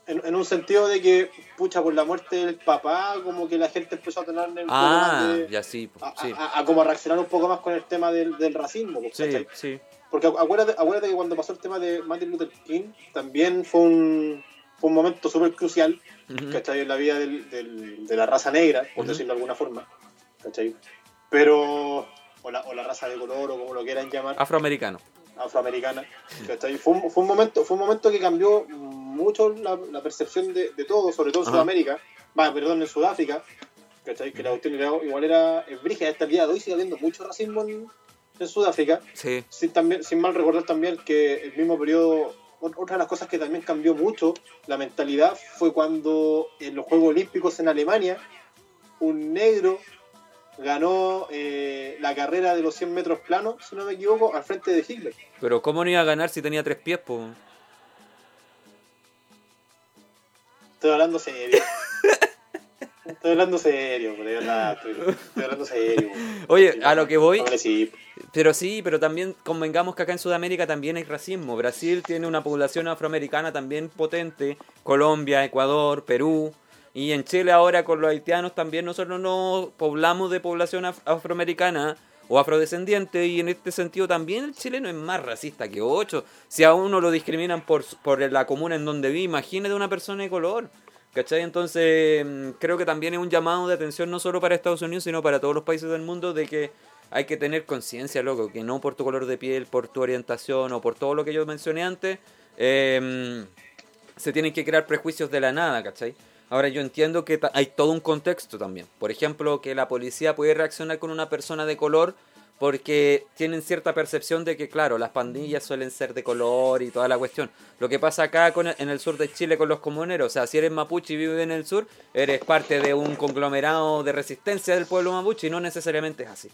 en, en un sentido de que, pucha, por la muerte del papá, como que la gente empezó a tener un poco Ah, más de- ya sí. po, a, a- Sí, a- a como a reaccionar un poco más con el tema del, del racismo. pues, sí, ¿cachai? sí. Porque acu- acuérdate, acuérdate que cuando pasó el tema de Martin Luther King, también fue un, fue un momento súper crucial, Ujú. ¿cachai? En la vida del- del- de la raza negra, por Ujú. decirlo de alguna forma, ¿cachai? Pero, o la, o la raza de color, o como lo quieran Ah. llamar Afroamericano. afroamericana. ¿cachai? Fue, un, fue un momento, fue un momento que cambió mucho la, la percepción de, de todo, sobre todo en Ajá. Sudamérica, va, perdón, en Sudáfrica, ¿cachai? que la cuestión era- igual era es brígida hasta el día de hoy, sigue habiendo mucho racismo en, en Sudáfrica, Sí. sin, también, sin mal recordar también que el mismo periodo, ot- otra de las cosas que también cambió mucho la mentalidad fue cuando en los Juegos Olímpicos en Alemania, un negro ganó eh, la carrera de los 100 metros planos, si no me equivoco, al frente de Hitler. Pero ¿cómo no iba a ganar si tenía tres pies, po? Estoy hablando serio. Estoy hablando serio, hombre, de verdad. Estoy, estoy hablando serio. Oye, a lo que voy, Hombre, sí. pero sí, pero también convengamos que acá en Sudamérica también hay racismo. Brasil tiene una población afroamericana también potente, Colombia, Ecuador, Perú. Y en Chile ahora con los haitianos también nosotros nos poblamos de población af- afroamericana o afrodescendiente y en este sentido también el chileno es más racista que ocho. Si a uno lo discriminan por, su- por la comuna en donde vive, imagínate una persona de color. ¿Cachai? Entonces mm, creo que también es un llamado de atención no solo para Estados Unidos, sino para todos los países del mundo de que hay que tener conciencia, loco, que no por tu color de piel, por tu orientación o por todo lo que yo mencioné antes, eh, se tienen que crear prejuicios de la nada, ¿cachai? Ahora yo entiendo que ta- hay todo un contexto también. Por ejemplo, que la policía puede reaccionar con una persona de color porque tienen cierta percepción de que, claro, las pandillas suelen ser de color y toda la cuestión. Lo que pasa acá con, en el sur de Chile con los comuneros, o sea, si eres mapuche y vives en el sur, eres parte de un conglomerado de resistencia del pueblo mapuche y no necesariamente es así.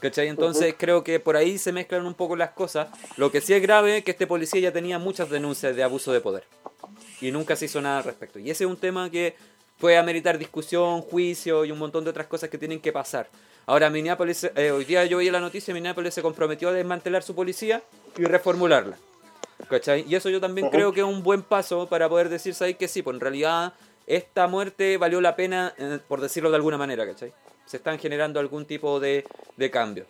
¿Cachai? Entonces creo que por ahí se mezclan un poco las cosas. Lo que sí es grave es que este policía ya tenía muchas denuncias de abuso de poder. Y nunca se hizo nada al respecto. Y ese es un tema que puede ameritar discusión, juicio y un montón de otras cosas que tienen que pasar. Ahora, Minneapolis, eh, hoy día yo oí la noticia, Minneapolis se comprometió a desmantelar su policía y reformularla. ¿Cachai? Y eso yo también Ujú. creo que es un buen paso para poder decir, ¿sabes que sí? Pues en realidad esta muerte valió la pena, eh, por decirlo de alguna manera, ¿cachai? Se están generando algún tipo de, de cambio.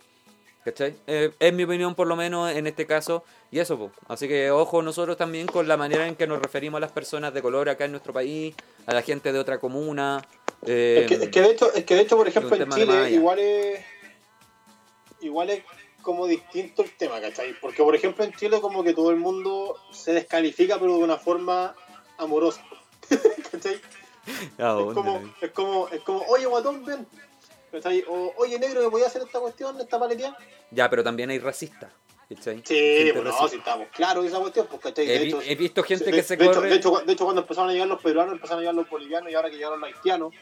¿Cachai? Eh, es mi opinión por lo menos en este caso y eso, po. así que ojo nosotros también con la manera en que nos referimos a las personas de color acá en nuestro país, a la gente de otra comuna. eh, Es, que, es que de hecho, es que de hecho, por ejemplo, un en tema de Chile malla. igual es, igual es como distinto el tema, ¿cachai? Porque, por ejemplo, en Chile como que todo el mundo se descalifica, pero de una forma amorosa. ¿Cachai? ¿a Es Oh, dónde? como, es como, es como, oye, guatón, ven. ¿Cachai? O, oye, negro, ¿me podía hacer esta cuestión, esta paletía? Ya, pero también hay racistas. ¿cachai? Sí, Gente bueno, racista. si estamos claros de esa cuestión, pues, ¿cachai? He, De vi- hecho, he visto gente de, que se de hecho, corre. de hecho, cu- de hecho, cuando empezaron a llegar los peruanos, empezaron a llegar los bolivianos y ahora que llegaron los haitianos,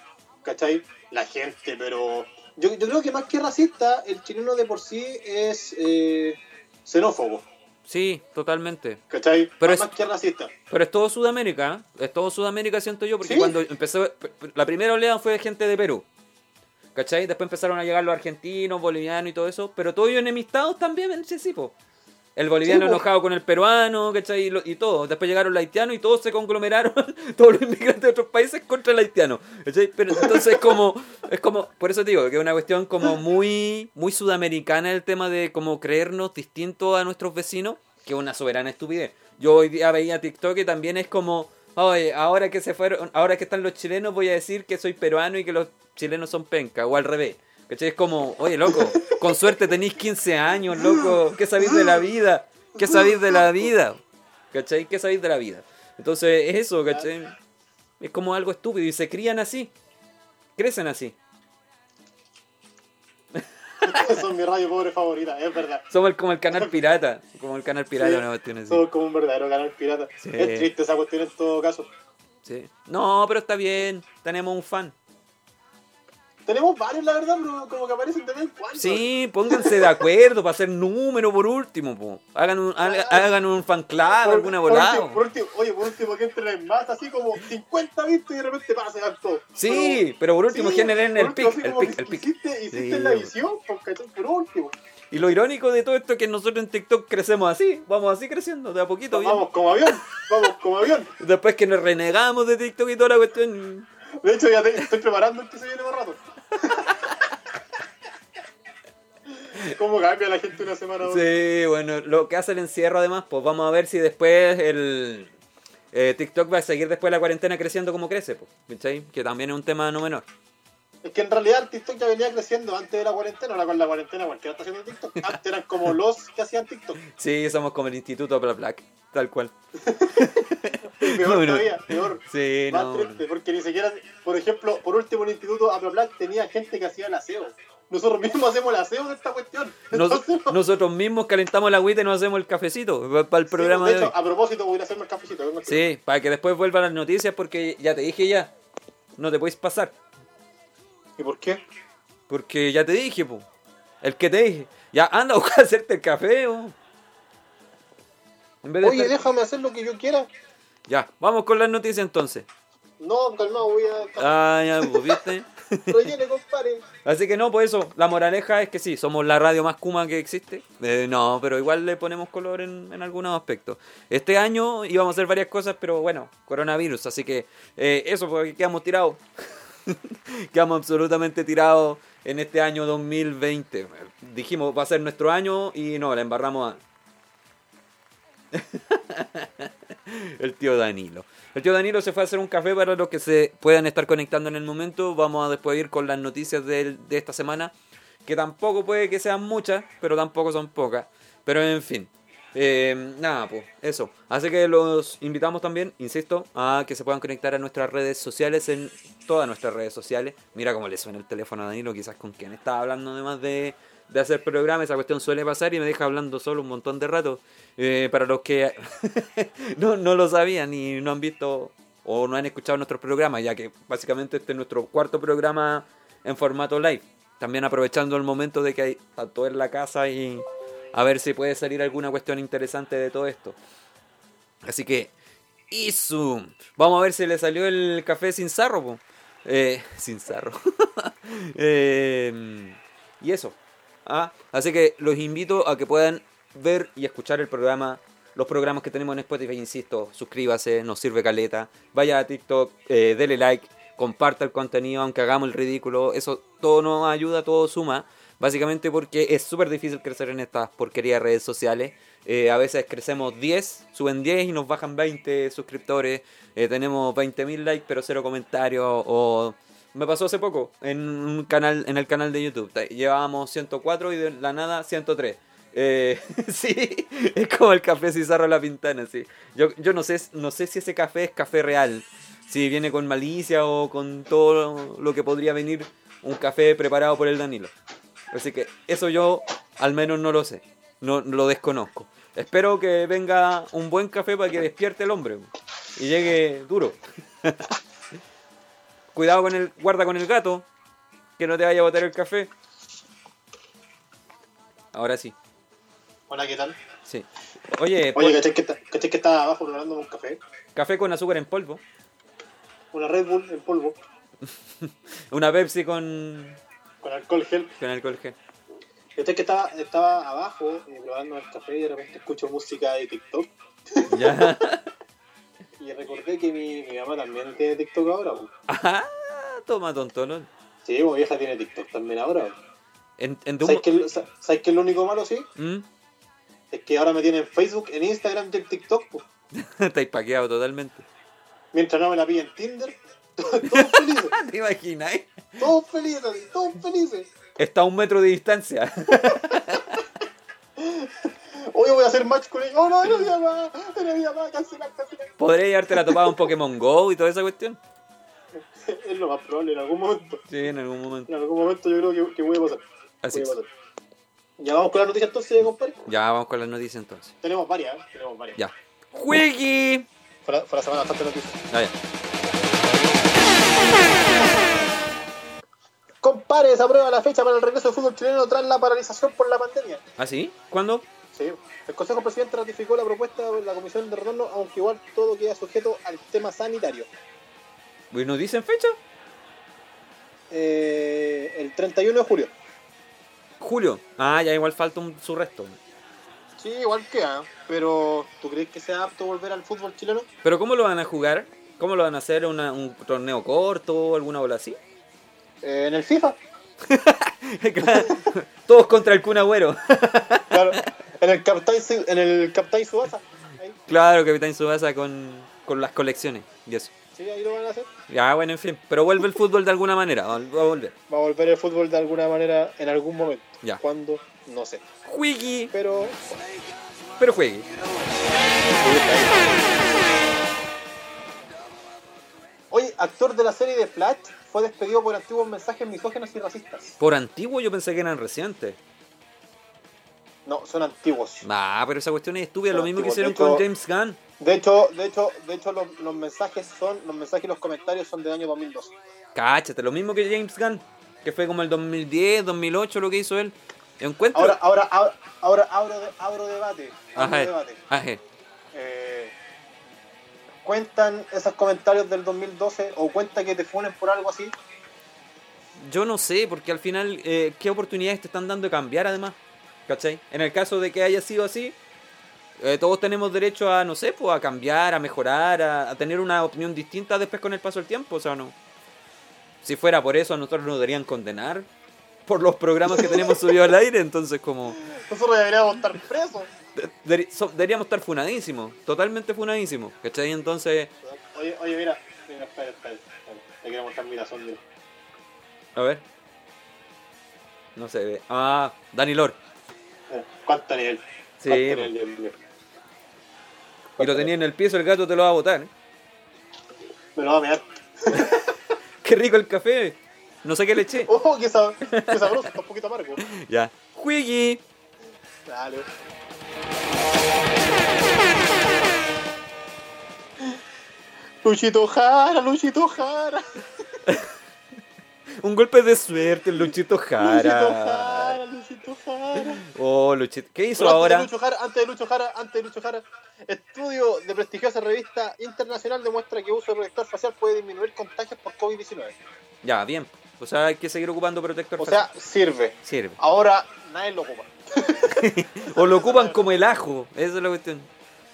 ¿cachai? La gente, pero. Yo, yo creo que más que racista, el chileno de por sí es eh, xenófobo, Sí, totalmente. ¿cachai? Pero más, es- más que racista. Pero es todo Sudamérica, ¿eh? es todo Sudamérica, siento yo, porque Sí. cuando empezó, p- p- la primera oleada fue de gente de Perú, ¿cachai? Después empezaron a llegar los argentinos, bolivianos y todo eso, pero todos ellos enemistados también en ese tipo, El boliviano Sí, po. enojado con el peruano, ¿cachai? Y, lo- y todo. Después llegaron los haitianos y todos se conglomeraron, todos los inmigrantes de otros países contra el haitiano. ¿cachai? Pero entonces es como, es como, por eso te digo, que es una cuestión como muy, muy sudamericana el tema de como creernos distintos a nuestros vecinos, que es una soberana estupidez. Yo hoy día veía TikTok y también es como, oye, ahora que se fueron, ahora que están los chilenos voy a decir que soy peruano y que los chilenos son penca, o al revés. ¿Cachai? Es como, oye, loco, con suerte tenéis 15 años, loco, ¿qué sabéis de la vida? ¿Qué sabéis de la vida? ¿Cachai? ¿Qué sabéis de la vida? Entonces, es eso, ¿cachai? Es como algo estúpido y se crían así. Crecen así. Son mi radio pobre favorita, es verdad. Somos como el canal pirata. Como el canal pirata, Sí, una cuestión así. Son como un verdadero canal pirata. Sí. Es triste esa cuestión en todo caso. Sí. No, pero está bien. Tenemos un fan. Tenemos varios, la verdad, pero como que aparecen de vez en cuando. Sí, pónganse de acuerdo para hacer número por último. po. Hagan, un, haga- hagan un fan club, Por- ah, alguna por volada. último- Por último, oye, por último que entren más, así como 50 vistas y de repente pasan todo. Sí, pero por Pero- último sí, generen el por último, pic, así el como pic, que el pic. Hiciste, hiciste Sí, la po. visión, pues, ¿cachai? por último. Y lo irónico de todo esto es que nosotros en TikTok crecemos así, vamos así creciendo, de a poquito bien. Vamos como avión, vamos como avión. Después que nos renegamos de TikTok y toda la cuestión. De hecho, ya te- estoy preparando el que se viene más rato. ¿Cómo cambia la gente una semana? a otra. Sí, bueno, lo que hace el encierro además, pues vamos a ver si después el eh, TikTok va a seguir después de la cuarentena creciendo como crece, pues, ¿cachai? Que también es un tema no menor. Es que en realidad el TikTok ya venía creciendo antes de la cuarentena. Ahora con la cuarentena cualquiera está haciendo TikTok. Antes eran como los que hacían TikTok. Sí, somos como el Instituto Bla Black, tal cual. Peor No, no. todavía, peor. Sí, Más no. triste, porque ni siquiera, por ejemplo, por último en el instituto Black tenía gente que hacía el aseo. Nosotros mismos hacemos el aseo de esta cuestión. Nos- Entonces, no- nosotros mismos calentamos la agüita y nos hacemos el cafecito para el Sí, pues, programa de de hoy. hecho, a propósito, voy a ir a hacerme el cafecito. vengo aquí. Sí, para que después vuelvan las noticias porque ya te dije ya, no te puedes pasar. ¿Y por qué? Porque ya te dije, po. El que te dije. Ya anda a buscar hacerte el café, po. En vez de Oye, estar- déjame hacer lo que yo quiera. Ya, vamos con las noticias entonces. No, calmado, voy a. Ah, ya, pues, ¿viste? Rellene, compadre. Así que no, por eso, la moraleja es que sí, somos la radio más kuma que existe. Eh, no, pero igual le ponemos color en, en algunos aspectos. Este año íbamos a hacer varias cosas, pero bueno, coronavirus, así que eh, eso, porque quedamos tirados. quedamos absolutamente tirados en este año 2020. Dijimos, va a ser nuestro año y no, la embarramos a... El tío Danilo. El tío Danilo se fue a hacer un café para los que se puedan estar conectando en el momento. Vamos a después ir con las noticias del- de, esta semana, que tampoco puede que sean muchas, pero tampoco son pocas. Pero en fin. Eh, nada, pues eso. Así que los invitamos también, insisto, a que se puedan conectar a nuestras redes sociales, en todas nuestras redes sociales. Mira cómo le suena el teléfono a Danilo, quizás con quien estaba hablando además de, de hacer programa. Esa cuestión suele pasar y me deja hablando solo un montón de rato. Eh, para los que no, no lo sabían y no han visto o no han escuchado nuestro programa, ya que básicamente este es nuestro cuarto programa en formato live. También aprovechando el momento de que hay tanto en la casa y a ver si puede salir alguna cuestión interesante de todo esto. Así que, Isu, vamos a ver si le salió el café sin sarro. po. Eh, sin sarro. Eh, y eso. Ah, así que los invito a que puedan ver y escuchar el programa. Los programas que tenemos en Spotify, insisto, suscríbase, nos sirve caleta. Vaya a TikTok, eh, dele like, comparta el contenido, aunque hagamos el ridículo. Eso todo nos ayuda, todo suma. Básicamente porque es súper difícil crecer en estas porquerías de redes sociales. Eh, a veces crecemos 10, suben 10 y nos bajan 20 suscriptores. Eh, tenemos 20.000 likes, pero cero comentarios o me pasó hace poco en un canal en el canal de YouTube. Ta- Llevábamos 104 y de la nada 103. Eh, sí, es como el café Cizarro a la Pintana, sí. Yo, yo no sé no sé si ese café es café real, si viene con malicia o con todo lo que podría venir un café preparado por el Danilo. Así que eso yo al menos no lo sé, no no lo desconozco. Espero que venga un buen café para que despierte el hombre y llegue duro. Cuidado con el. Guarda con el gato. Que no te vaya a botar el café. Ahora sí. Hola, ¿qué tal? Sí. Oye, Oye, pon- ¿cachai que, está- cachai que estaba abajo preparando un café? café con azúcar en polvo. Una Red Bull en polvo, Una Pepsi con. con alcohol gel. con alcohol gel. Yo sé que estaba, estaba abajo eh, probando el café y de repente escucho música de TikTok. Ya. Y recordé que mi, mi mamá también tiene TikTok ahora. po. Ah, toma, tontón. Sí, mi vieja tiene TikTok también ahora. po. En, en tu... ¿Sabes qué es lo- sabes qué es lo único malo, sí? ¿Mm? Es que ahora me tienen en Facebook, en Instagram y en TikTok. po. Estáis paqueado totalmente. Mientras no me la piden en Tinder, todos felices. Ah, ¿Te imagináis? Todos felices, así, todos felices. Está a un metro de distancia. Hoy voy a hacer match con ella. Oh, no, era mi mamá, era mi mamá, cancelar, cancelar. Podría llevarte la topada a un Pokémon Go y toda esa cuestión. Es lo más probable en algún momento. Sí, en algún momento. En algún momento yo creo que, que voy a pasar. Así Voy a es. pasar. Ya vamos con la noticia entonces, compadre. Ya vamos con las noticias entonces. Tenemos varias, ¿eh? tenemos varias. Ya. ¡Wiki! Fue la, fue la semana bastante noticias. Ah, ya. Compares, aprueba la fecha para el regreso del fútbol chileno tras la paralización por la pandemia. ¿Ah, sí? ¿Cuándo? Sí. El Consejo Presidente ratificó la propuesta de la Comisión de Retorno, aunque igual todo queda sujeto al tema sanitario. Pues ¿Nos dicen fecha? Eh, el 31 de julio. Julio. Ah, ya igual falta un, su resto. Sí, igual queda, pero ¿tú crees que sea apto volver al fútbol chileno? ¿Pero cómo lo van a jugar? ¿Cómo lo van a hacer? ¿Una- ¿Un torneo corto? ¿Alguna bola así? Eh, en el FIFA. Claro. Todos contra el Kun Agüero. Claro. en el Captain, Su- en el Captain Subasa. Ahí. Claro, Capitán Subasa con, con las colecciones. Y eso. Sí, ahí lo van a hacer. Ya, bueno, en fin. Pero vuelve el fútbol de alguna manera. Va va a volver. Va a volver el fútbol de alguna manera en algún momento. Ya. ¿Cuándo? No sé. Juegue, Pero pero juegue. Oye, actor de la serie de Flash fue despedido por antiguos mensajes misógenos y racistas. Por antiguo yo pensé que eran recientes. No, son antiguos. Ah, pero esa cuestión es estúpida. Lo Pero mismo que antiguo, hicieron de hecho- con James Gunn. De hecho, de hecho, de hecho los, los mensajes son, los mensajes y los comentarios son del año 2002. Cáchate, lo mismo que James Gunn. Que fue como el 2010, 2008 lo que hizo él. Encuentro. Ahora, ahora, ahora, ahora abro, de- abro debate. Abro Ajá, debate. ajá. Eh, ¿Cuentan esos comentarios del 2012 o cuenta que te funen por algo así? Yo no sé, porque al final, eh, ¿qué oportunidades te están dando de cambiar además? ¿Cachai? En el caso de que haya sido así, eh, todos tenemos derecho a, no sé, pues, a cambiar, a mejorar, a, a tener una opinión distinta después con el paso del tiempo, o sea, no. Si fuera por eso, a nosotros nos deberían condenar por los programas que tenemos subidos al aire, entonces como... Nosotros deberíamos estar presos. de- deri- so- deberíamos estar funadísimos, totalmente funadísimos, ¿cachai? Entonces, Oye, oye, mira, mira, espera, espera, espera. Te quiero mostrar mi razón, mira. a ver... No se ve. Ah, Dani Lor. Eh, ¿Cuánto nivel? Sí, ¿Cuánto po. nivel de- de- Y lo tenía en el piso, el gato te lo va a botar, ¿eh? Me lo va a mear. Qué rico el café. No sé qué le eché. ¡Oh, qué, sab- qué sabroso! Está un poquito amargo. Ya. Juegui. Dale. Luchito Jara, Luchito Jara. Un golpe de suerte, Luchito Luchito Jara. Jara, Luchito Jara. Oh, Luchito. ¿Qué hizo Pero ahora? Antes de Lucho Jara, antes de Lucho Jara, antes de Lucho Jara. Estudio de prestigiosa revista internacional demuestra que uso de protector facial puede disminuir contagios por COVID-19. Ya, bien. O sea, hay que seguir ocupando protector O facial. sea, sirve. Sirve. Ahora nadie lo ocupa. O lo ocupan como el ajo. Esa es la cuestión.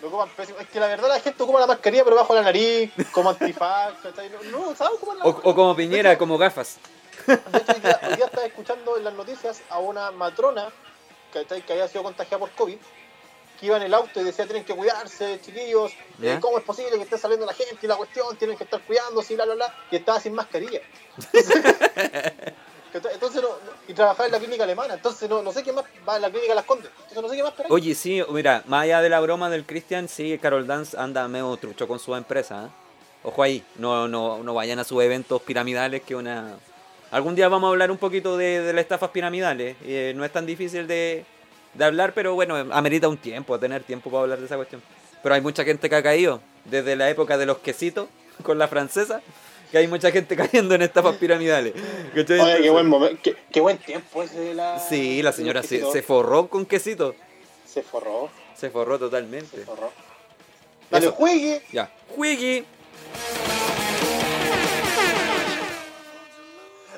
Lo ocupan pésimo. Es que la verdad la gente ocupa la mascarilla pero bajo la nariz, como antifaz, ¿cachai? No, no ¿sabes ocupar la O, o como De piñera, hecho- como gafas. De hecho, hoy día, hoy día estaba escuchando en las noticias a una matrona ¿cachai? que había sido contagiada por COVID, que iba en el auto y decía, tienen que cuidarse, chiquillos, eh, Ya. ¿cómo es posible que esté saliendo la gente y la cuestión? Tienen que estar cuidándose y bla, bla, bla, y estaba sin mascarilla. ¿Cachai? Entonces, no, no- y trabajaba en la clínica alemana, entonces no, no sé qué más, va en la clínica Las Condes, entonces no sé qué más esperar. Oye, sí, mira, más allá de la broma del Christian, sí, Carol Dance anda medio trucho con su empresa. ¿eh? Ojo ahí, no, no, no vayan a sus eventos piramidales que una... Algún día vamos a hablar un poquito de, de las estafas piramidales. eh, no es tan difícil de, de hablar, pero bueno, amerita un tiempo, tener tiempo para hablar de esa cuestión. Pero hay mucha gente que ha caído, desde la época de los quesitos con la francesa, que hay mucha gente cayendo en estafas piramidales. ¿cachai? Oye, qué Entonces, buen momento, qué, qué buen tiempo ese de la... Sí, la señora del se, quesito. se forró con quesito. Se forró, Se forró se totalmente. forró. Dale, Eso. juegue. Ya. Wiggy.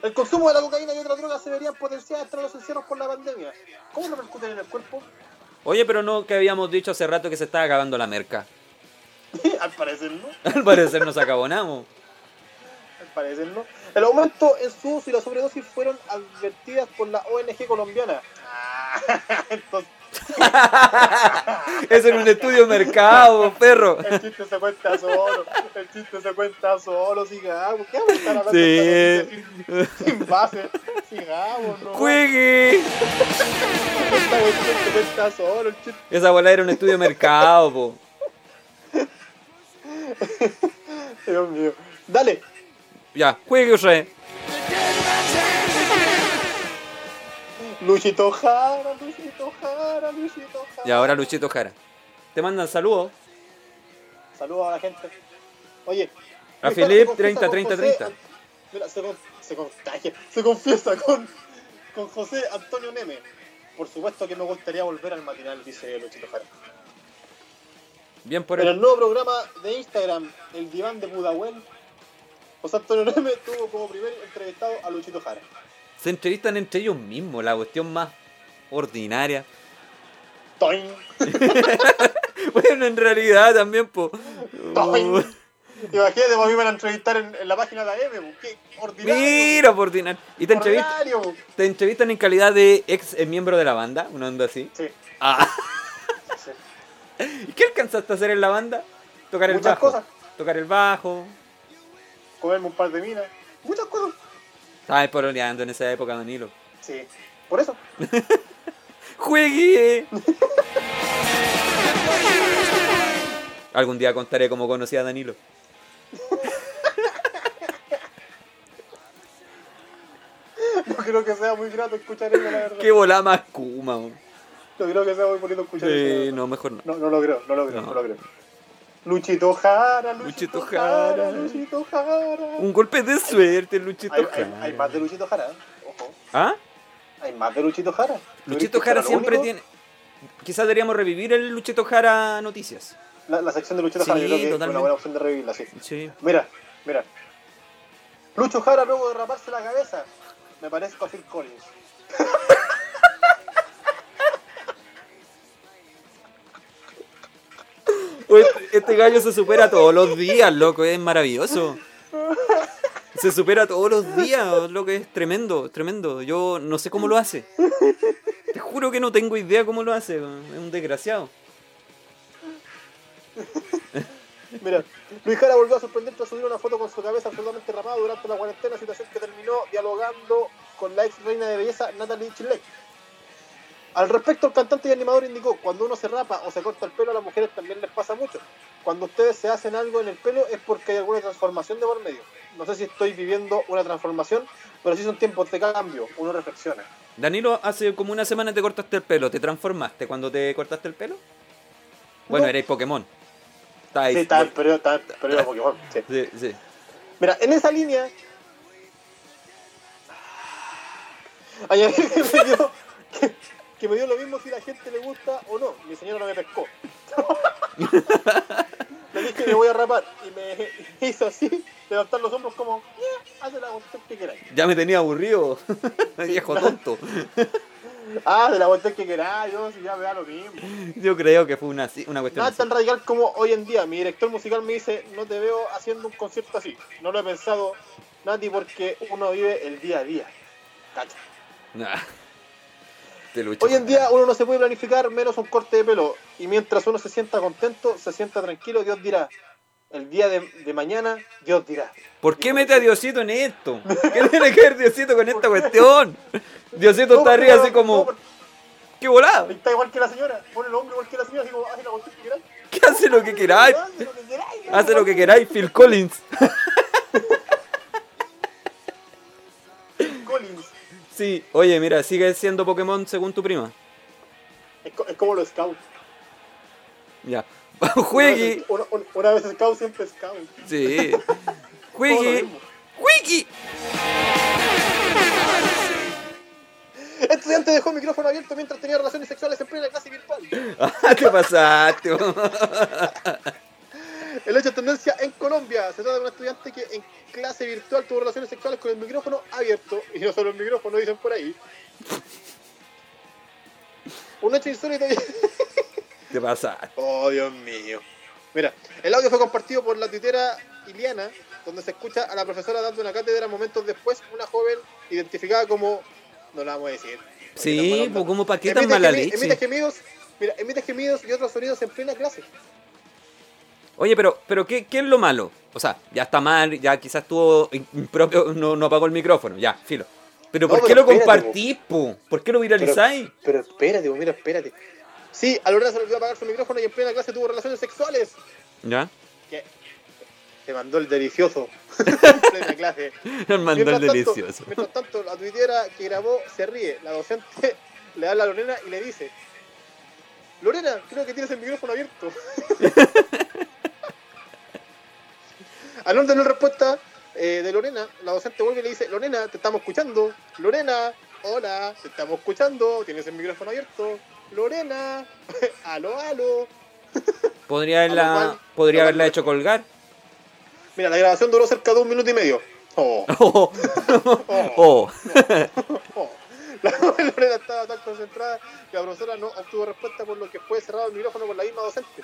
El consumo de la cocaína y otras drogas se verían potenciadas tras los encierros por la pandemia. ¿Cómo repercuten en el cuerpo? Oye, pero no que habíamos dicho hace rato que se estaba acabando la merca. Al parecer no. Al parecer nos acabonamos. Al parecer no. El aumento en su uso y la sobredosis fueron advertidas por la ONG colombiana. Ah, Entonces, Eso en un estudio de mercado, perro. el chiste se cuenta solo. El chiste se cuenta solo. Sigamos. ¿Qué vamos a estar hablando Sí. de esta noticia sin, sin base? Sigamos, no. ¡Juegue! Esta cuestión se cuenta solo. El chiste Esa bola era un estudio de mercado, po. Dios mío. Dale. Ya, juegue usted. Luchito Jara, Luchito Jara, Luchito Jara. Y ahora Luchito Jara. Te mandan saludos. Saludos a la gente. Oye. A Víctor, Filip, se confiesa 30, con 30, José 30. An- Mira, se, con- se contagia. Se confiesa con, con José Antonio Neme. Por supuesto que me gustaría volver al matinal, dice Luchito Jara. Bien por Pero el él. nuevo programa de Instagram, El Diván de Pudahuel, José Antonio Neme tuvo como primer entrevistado a Luchito Jara. Se entrevistan entre ellos mismos, la cuestión más ordinaria. ¡Toing! Bueno, en realidad también, po. Uh. ¡Toing! Imagínate, pues, a mí me van a entrevistar en, en la página de AM. pues, ¡Qué ordinario! Mira, por ordinario. Y te, entrevist- ordinario, pues. te entrevistan en calidad de ex eh, miembro de la banda, una onda así. Sí, Ah. sí. ¿Y qué alcanzaste a hacer en la banda? Tocar el Muchas bajo. cosas. Tocar el bajo. Comerme un par de minas. Muchas cosas. Estabas pololeando en esa época, Danilo. Sí, por eso. ¡Juegue! Algún día contaré cómo conocí a Danilo. No creo que sea muy grato escuchar eso, la verdad. ¡Qué volá más Kuma! man. No creo que sea muy bonito escuchar Sí, eso. no, mejor no. No, no lo creo, no lo creo, No. no, lo creo. Luchito Jara, Luchito Luchito Jara. Jara, Luchito Jara. Un golpe de suerte, Luchito Hay, hay- Jara. hay más de Luchito Jara, ¿eh? ojo. ¿Ah? Hay más de Luchito Jara. ¿Tú Luchito Jara crees que siempre era lo único? tiene. Quizás deberíamos revivir el Luchito Jara Noticias. La, la sección de Luchito Sí, Jara, yo creo que es totalmente. una buena opción de revivirla, sí. Sí. Mira, mira. Lucho Jara luego de raparse la cabeza. Me parezco a Phil Collins. Este, este gallo se supera todos los días, loco, es maravilloso. Se supera todos los días, loco, es tremendo, tremendo. Yo no sé cómo lo hace. Te juro que no tengo idea cómo lo hace, es un desgraciado. Mira, Luis Jara volvió a sorprender tras subir una foto con su cabeza absolutamente rapada durante la cuarentena, situación que terminó dialogando con la ex reina de belleza Natalie Chilek. Al respecto, el cantante y animador indicó, cuando uno se rapa o se corta el pelo a las mujeres también les pasa mucho. Cuando ustedes se hacen algo en el pelo es porque hay alguna transformación de por medio. No sé si estoy viviendo una transformación, pero sí son tiempos de cambio, uno reflexiona. Danilo, hace como una semana te cortaste el pelo, ¿te transformaste cuando te cortaste el pelo? Bueno, No. erais Pokémon. Estabais- Sí, está el periodo, está el periodo de Pokémon, sí. sí, sí. Mira, en esa línea. Añadir que me dio. Que, que me dio lo mismo si la gente le gusta o no. Mi señora no me pescó. le dije me voy a rapar y me hizo así, levantar los hombros como. "Ya, Haz la cuestión que queráis. Ya me tenía aburrido, viejo tonto. Ah, de la cuestión que queráis, yo si ya me da lo mismo. Yo creo que fue una, una cuestión Nada así. tan radical como hoy en día. Mi director musical me dice, no te veo haciendo un concierto así. No lo he pensado, Nati, porque uno vive el día a día. Cacha. Nah. Te lucho. Hoy en día uno no se puede planificar menos un corte de pelo y mientras uno se sienta contento, se sienta tranquilo, Dios dirá. El día de, de mañana, Dios dirá. ¿Por qué mete a Diosito en esto? ¿Qué tiene que ver Diosito con esta cuestión? Diosito No, está porque arriba no, así no, como, porque ¡qué volado! Está igual que la señora, pone el hombro igual que la señora, así como, hace la cuestión que queráis. ¿Qué hace lo que queráis? Hace lo que queráis. Hace lo que queráis, Phil Collins. Collins. Sí, oye, mira, sigue siendo Pokémon según tu prima. Es, co- es como los scouts. Ya. Juegui. Una, una- una vez scout, siempre scout. Sí. Todo lo Juegui. mismo. Juegui. Estudiante dejó el micrófono abierto mientras tenía relaciones sexuales en plena clase virtual. Ah, te pasaste. El hecho de tendencia en Colombia. Se trata de un estudiante que en clase virtual tuvo relaciones sexuales con el micrófono abierto y no solo el micrófono, dicen por ahí. Un hecho insólito. Te pasa. Oh, Dios mío. Mira, el audio fue compartido por la tuitera Iliana, donde se escucha a la profesora dando una cátedra momentos después, una joven identificada como. No la vamos a decir. porque tampoco Sí, la- pues como para qué tan Emite mala gemi- Emite leche. gemidos, mira, emite gemidos y otros sonidos en plena clase. Oye, pero, pero ¿qué, ¿qué es lo malo? O sea, ya está mal, ya quizás tuvo impropio, no, no apagó el micrófono, ya, filo. Pero No, ¿por qué pero lo espérate, compartís, po? ¿Por qué lo viralizáis? Pero espérate, pues, mira, espérate. Sí, a Lorena se le olvidó apagar su micrófono y en plena clase tuvo relaciones sexuales. ¿Ya? Que te mandó el delicioso. en plena clase. Nos mandó el Mientras tanto- delicioso. mientras tanto, la tuitera que grabó se ríe. La docente le habla a Lorena y le dice: Lorena, creo que tienes el micrófono abierto. Al no tener respuesta eh, de Lorena, la docente vuelve y le dice: Lorena, te estamos escuchando. Lorena, hola, te estamos escuchando. Tienes el micrófono abierto. Lorena, aló, aló. Podría A lo haberla, cual- podría lo cual haberla no- hecho colgar. Mira, la grabación duró cerca de un minuto y medio. Oh. Oh, oh. Oh. La Lorena estaba tan concentrada que la profesora no obtuvo respuesta, por lo que fue cerrado el micrófono por la misma docente.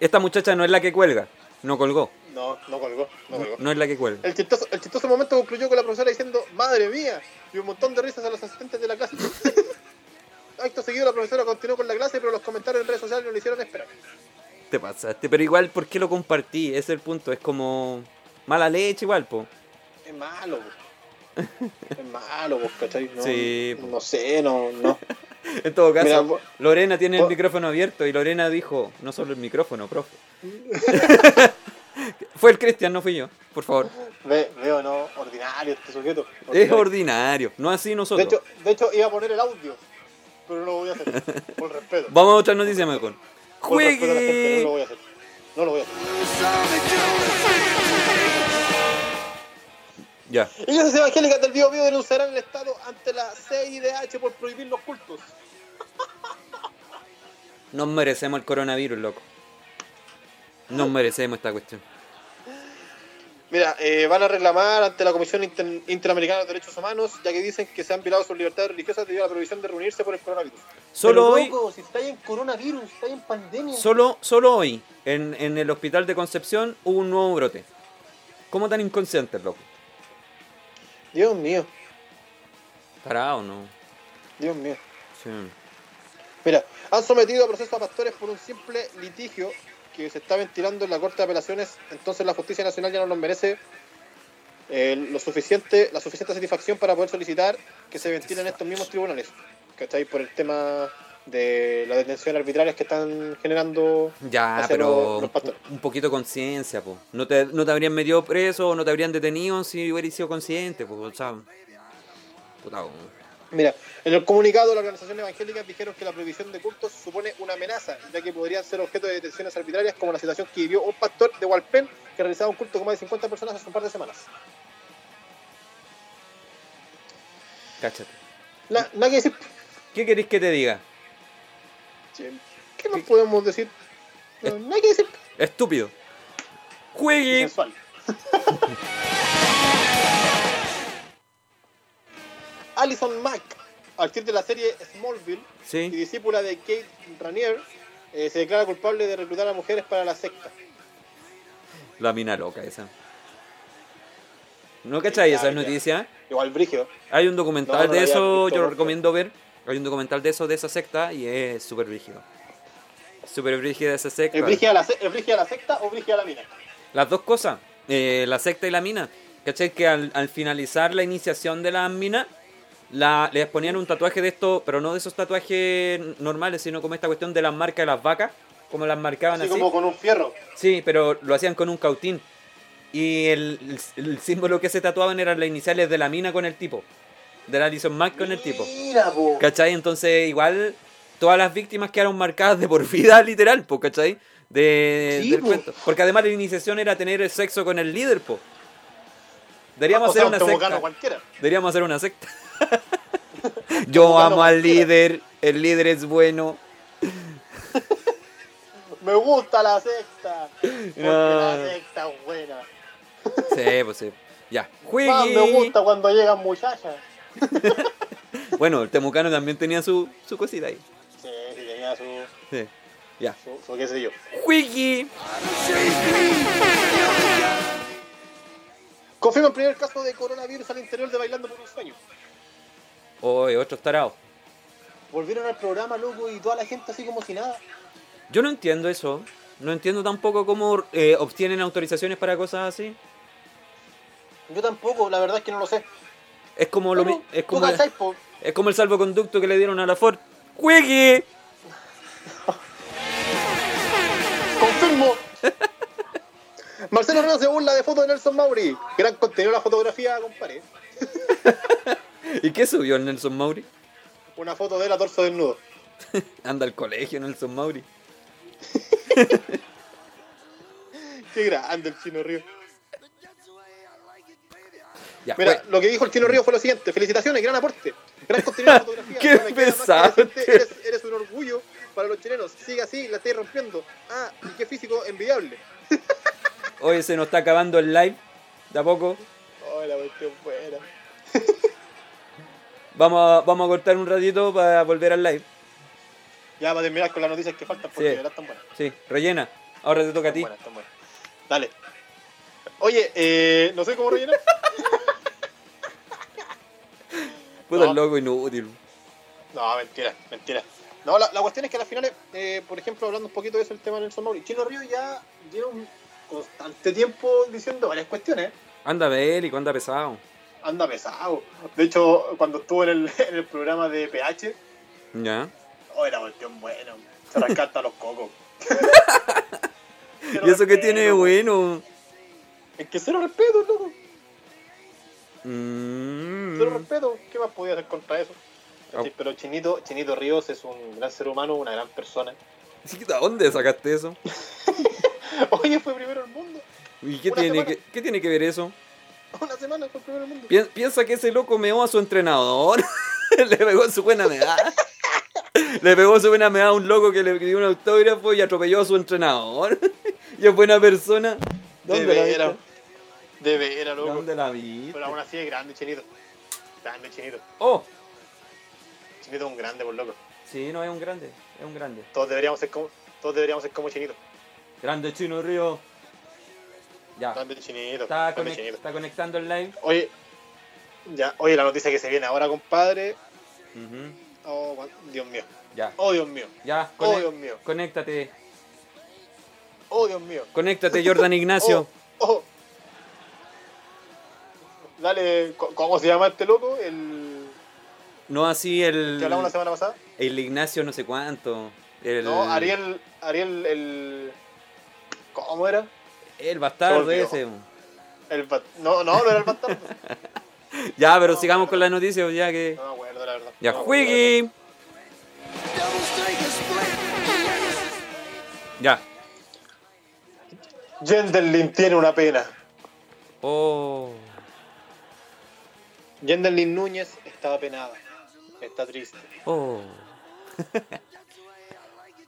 Esta muchacha no es la que cuelga. No colgó. No, no colgó, no colgó. No es la que cuelga. El chistoso, el chistoso momento concluyó con la profesora diciendo, madre mía, y un montón de risas a los asistentes de la clase. Acto seguido la profesora continuó con la clase, pero los comentarios en redes sociales no le hicieron esperar. Te pasaste. Pero igual, ¿por qué lo compartí? Ese es el punto. Es como mala leche igual, po. Es malo, po. es malo, po, ¿cachai? No, Sí, po. no sé, no, no. En todo caso, Mira, po- Lorena tiene el po- micrófono abierto y Lorena dijo, no solo el micrófono, profe. Fue el Cristian, no fui yo, por favor. Ve- veo, no, ordinario este sujeto. Es ordinario. ordinario, no así De nosotros. hecho, de hecho, iba a poner el audio, pero no lo voy a hacer. Por respeto. Vamos a otra noticia mejor. Por respeto a la gente, Juegue. No lo voy a hacer. No lo voy a hacer. Ya. Iglesias evangélicas del Bío Bío denunciarán el Estado ante la CIDH por prohibir los cultos. Nos merecemos el coronavirus, loco. Nos merecemos esta cuestión. Mira, eh, van a reclamar ante la Comisión Inter- Interamericana de Derechos Humanos, ya que dicen que se han violado sus libertades religiosas debido a la prohibición de reunirse por el coronavirus. Solo hoy, loco, si estáis en coronavirus, estáis en pandemia. solo, solo hoy, en, en el hospital de Concepción hubo un nuevo brote. ¿Cómo tan inconscientes, loco? Dios mío, Parado, no. Dios mío. Sí. Mira, han sometido a proceso a pastores por un simple litigio que se está ventilando en la Corte de Apelaciones, entonces la justicia nacional ya no nos merece eh, lo suficiente, la suficiente satisfacción para poder solicitar que se ventilen estos mismos tribunales, ¿cachai? Por el tema de las detenciones arbitrarias que están generando... Ya, hacia pero los- los pastores. un poquito de conciencia, po. No te, no te habrían metido preso o no te habrían detenido si hubieras sido consciente, po. O sea, puta, po. Mira, en el comunicado las organizaciones evangélicas dijeron que la prohibición de cultos supone una amenaza, ya que podrían ser objeto de detenciones arbitrarias como la situación que vivió un pastor de Hualpén que realizaba un culto con más de 50 personas hace un par de semanas. cáchate. Na- nada que decir. ¿Qué querés que te diga? ¿Qué más podemos decir? No, nada que decir. Estúpido. Juegue. Sensual. Alison Mack, actriz de la serie Smallville y Sí. discípula de Kate Ranier, eh, se declara culpable de reclutar a mujeres para la secta. La mina loca esa. ¿No cacháis Ya, esas ya. noticias? Igual Brigio. Hay un documental No, no de la había eso, visto, yo lo no. recomiendo ver. Hay un documental de eso, de esa secta, y es súper brígido. Súper brígida esa secta. ¿Es Brigia la, se- es Brigia la secta o Brigia la mina? Las dos cosas, eh, la secta y la mina. ¿Cachai? Que al, al finalizar la iniciación de las minas, la, les ponían un tatuaje de esto, pero no de esos tatuajes normales, sino como esta cuestión de las marcas de las vacas, como las marcaban Así así. como con un fierro. Sí, pero lo hacían con un cautín. Y el, el- el símbolo que se tatuaban eran las iniciales de la mina con el tipo, de la Alison Mack con el tipo. Mira, po. ¿Cachai? Entonces, igual, todas las víctimas quedaron marcadas de por vida, literal, po, ¿cachai? De, Sí, del po. cuento. Porque además la iniciación era tener el sexo con el líder, po. Deberíamos Ah, O sea, hacer un una tobogano secta. cualquiera. Deberíamos hacer una secta. Yo amo al cualquiera. líder, el líder es bueno. Me gusta la secta. Porque No. la secta es buena. Sí, pues sí. Ya. Más Juegui. Ah, me gusta cuando llegan muchachas. Bueno, el temucano también tenía su, su cosita ahí. Sí, sí, tenía su, Sí. Ya. su, su qué sé yo. Juegui. Confirma el primer caso de coronavirus al interior de Bailando por un Sueño. Oye, otros tarados. Volvieron al programa, loco, y toda la gente así como si nada. Yo no entiendo eso. No entiendo tampoco cómo eh, obtienen autorizaciones para cosas así. Yo tampoco, la verdad es que no lo sé. Es como lo Pero, mi- es ¿tú como, cachai, po? es como el salvoconducto que le dieron a la Ford. ¡Juegui! Confirmo. Marcelo Hernández se burla de fotos de Nelson Mauri. Gran contenido la fotografía, compadre. ¿Y qué subió el Nelson Mauri? Una foto de él a torso desnudo. Anda al colegio Nelson Mauri. Qué grande el Chino Río. Ya, Mira, jue- lo que dijo el Chino Río fue lo siguiente. Felicitaciones, gran aporte. Gran contenido de la fotografía. Qué No me queda más que pesado. decirte, Eres, eres un orgullo para los chilenos. Sigue así, la estáis rompiendo. Ah, y qué físico envidiable. Hoy se nos está acabando el live. De a poco. Oh, la cuestión buena. Vamos a, vamos a cortar un ratito para volver al live. Ya va a terminar con las noticias que faltan porque Sí. de verdad están buenas. Sí, rellena. Ahora te toca a Están ti. buenas, están buenas. Dale. Oye, eh, no sé cómo rellenar. Puta No. el loco inútil. No, mentira, mentira. No, la, la cuestión es que a las finales, eh, por ejemplo, hablando un poquito de eso, el tema de Nelson Mauri, Chino Río ya dieron constante tiempo diciendo varias cuestiones. Anda bélico, anda pesado. Anda pesado. De hecho, cuando estuvo en el, en el programa de PH, Ya. oh, era cuestión bueno. Se rescata los cocos. Cero ¿Y eso que respeto, tiene de loco. bueno? Es que cero respeto, loco. Mm. Cero respeto. ¿Qué más podía hacer contra eso? Ah. Sí, pero Chinito, Chinito Ríos es un gran ser humano, una gran persona. Sí, ¿De dónde sacaste eso? Oye, fue primero el mundo. ¿Y qué Una tiene, semana. que, qué tiene que ver eso? Una semana fue primero el mundo. Pien- piensa que ese loco meó a su entrenador. le pegó su buena medada. le pegó su buena medada a un loco que le dio un autógrafo y atropelló a su entrenador. y es buena persona. ¿Dónde de la veras. viste? De veras, loco. ¿Dónde la viste? Pero aún así es grande, chinito. Grande, chinito. Oh, Chinito es un grande, por loco. sí, no, es un grande. Es un grande. Todos deberíamos ser como, todos deberíamos ser como chinito. Grande Chino Río. Ya. Grande, chinito. Está, Grande, conec- chinito. está conectando el live. Oye, ya, oye, la noticia que se viene ahora, compadre. Ujú. Oh, guan- Dios mío. Ya. Oh, Dios mío. Ya. Oh, conec- Dios mío. conéctate. Oh, Dios mío. Conéctate, Jordan Ignacio. Oh, oh. Dale, co- ¿cómo se llama este loco? El No así el. que hablamos la semana pasada. El Ignacio no sé cuánto. El, No, Ariel, Ariel, el... ¿Cómo era? El bastardo Se ese. olvidó. El bat- No, no, no era el bastardo. Ya, pero sigamos con la noticia, ya que. No me acuerdo, la verdad. Ya, No me juegue. Ya. acuerdo. Genderlin tiene una pena. Oh. Genderlin Núñez está apenada. Está triste. Oh.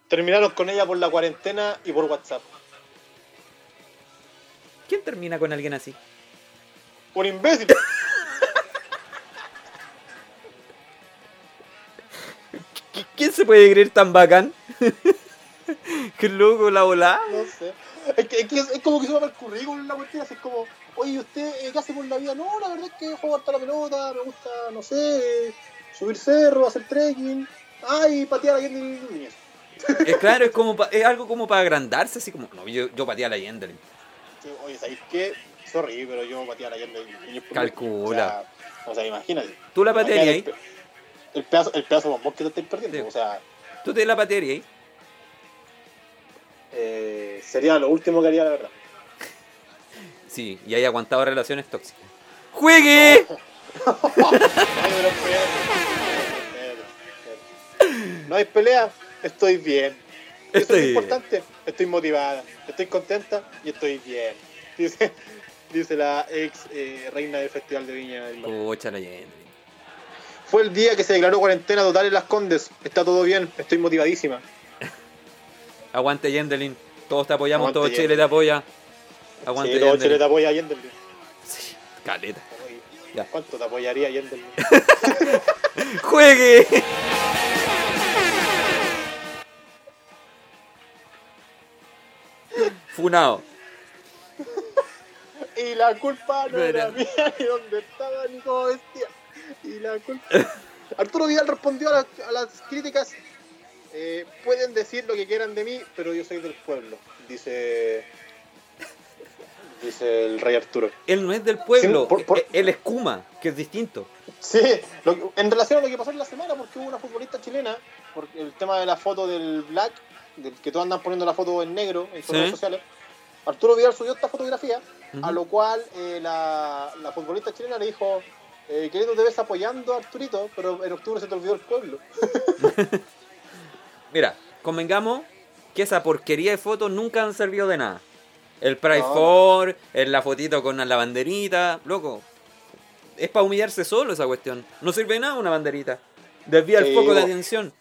Terminaron con ella por la cuarentena y por WhatsApp. ¿Quién termina con alguien así? ¡Un imbécil! ¿Qui- ¿Quién se puede creer tan bacán? Qué loco la volá. No sé. Es, que, es, que es- es como que se va para el currículum la cuestión. así Es como, oye, ¿y ¿usted eh, qué hace por la vida? No, la verdad es que juego harta la pelota, me gusta, no sé, eh, subir cerro, hacer trekking. Ay, patear a Genderlin Núñez. Es claro, es como pa- es algo como para agrandarse, así como. No, yo, yo pateé a la Yendelin. Sí, Oye, ¿sabéis qué? Sorry, pero yo pateé a la Genderlin Núñez. por- Calcula. O sea, o sea, imagínate. ¿Tú la patearías Imagínate El, pe- el pedazo, el pedazo de bombón que te estáis perdiendo. Sí. O sea, ¿Tú te la patearías? ahí? eh, sería lo último que haría, la verdad. Sí, y hay aguantado relaciones tóxicas. ¡Juegue! Pedro, Pedro, Pedro. No hay pelea, estoy bien. Eso Estoy es lo bien. importante. Estoy motivada, estoy contenta y estoy bien. Dice, dice la ex eh, reina del Festival de Viña del Mar. Pucha la Yendelin. Fue el día que se declaró cuarentena total en Las Condes. Está todo bien, estoy motivadísima. Aguante Yendelin. Todos te apoyamos, Aguante, todo Chile Yendelin. te apoya. Aguante Sí, todo Yandel. Chile te apoya Allende. Sí, caleta. Oye, Ya. ¿Cuánto te apoyaría Allende? ¡Juegue! Funao. Y la culpa no No era, era. mía, ni dónde estaba, ni cómo vestía. Y la culpa. Arturo Vidal respondió a las, a las críticas. eh, pueden decir lo que quieran de mí, pero yo soy del pueblo, dice. Dice el rey Arturo. Él no es del pueblo, Sí, por- por- e- él es Kuma, que es distinto. Sí, lo que- en relación a lo que pasó en la semana, porque hubo una futbolista chilena, por el tema de la foto del black, del que todos andan poniendo la foto en negro en sus Sí. redes sociales. Arturo Vidal subió esta fotografía, Ujú. a lo cual eh, la, la futbolista chilena le dijo, eh, querido, te ves apoyando a Arturito, pero en octubre se te olvidó el pueblo. Mira, convengamos que esa porquería de fotos nunca han servido de nada. El Pride No. 4, el- la fotito con la banderita, loco. Es para humillarse solo esa cuestión. No sirve de nada una banderita. Desvía Sí, el foco de bo- atención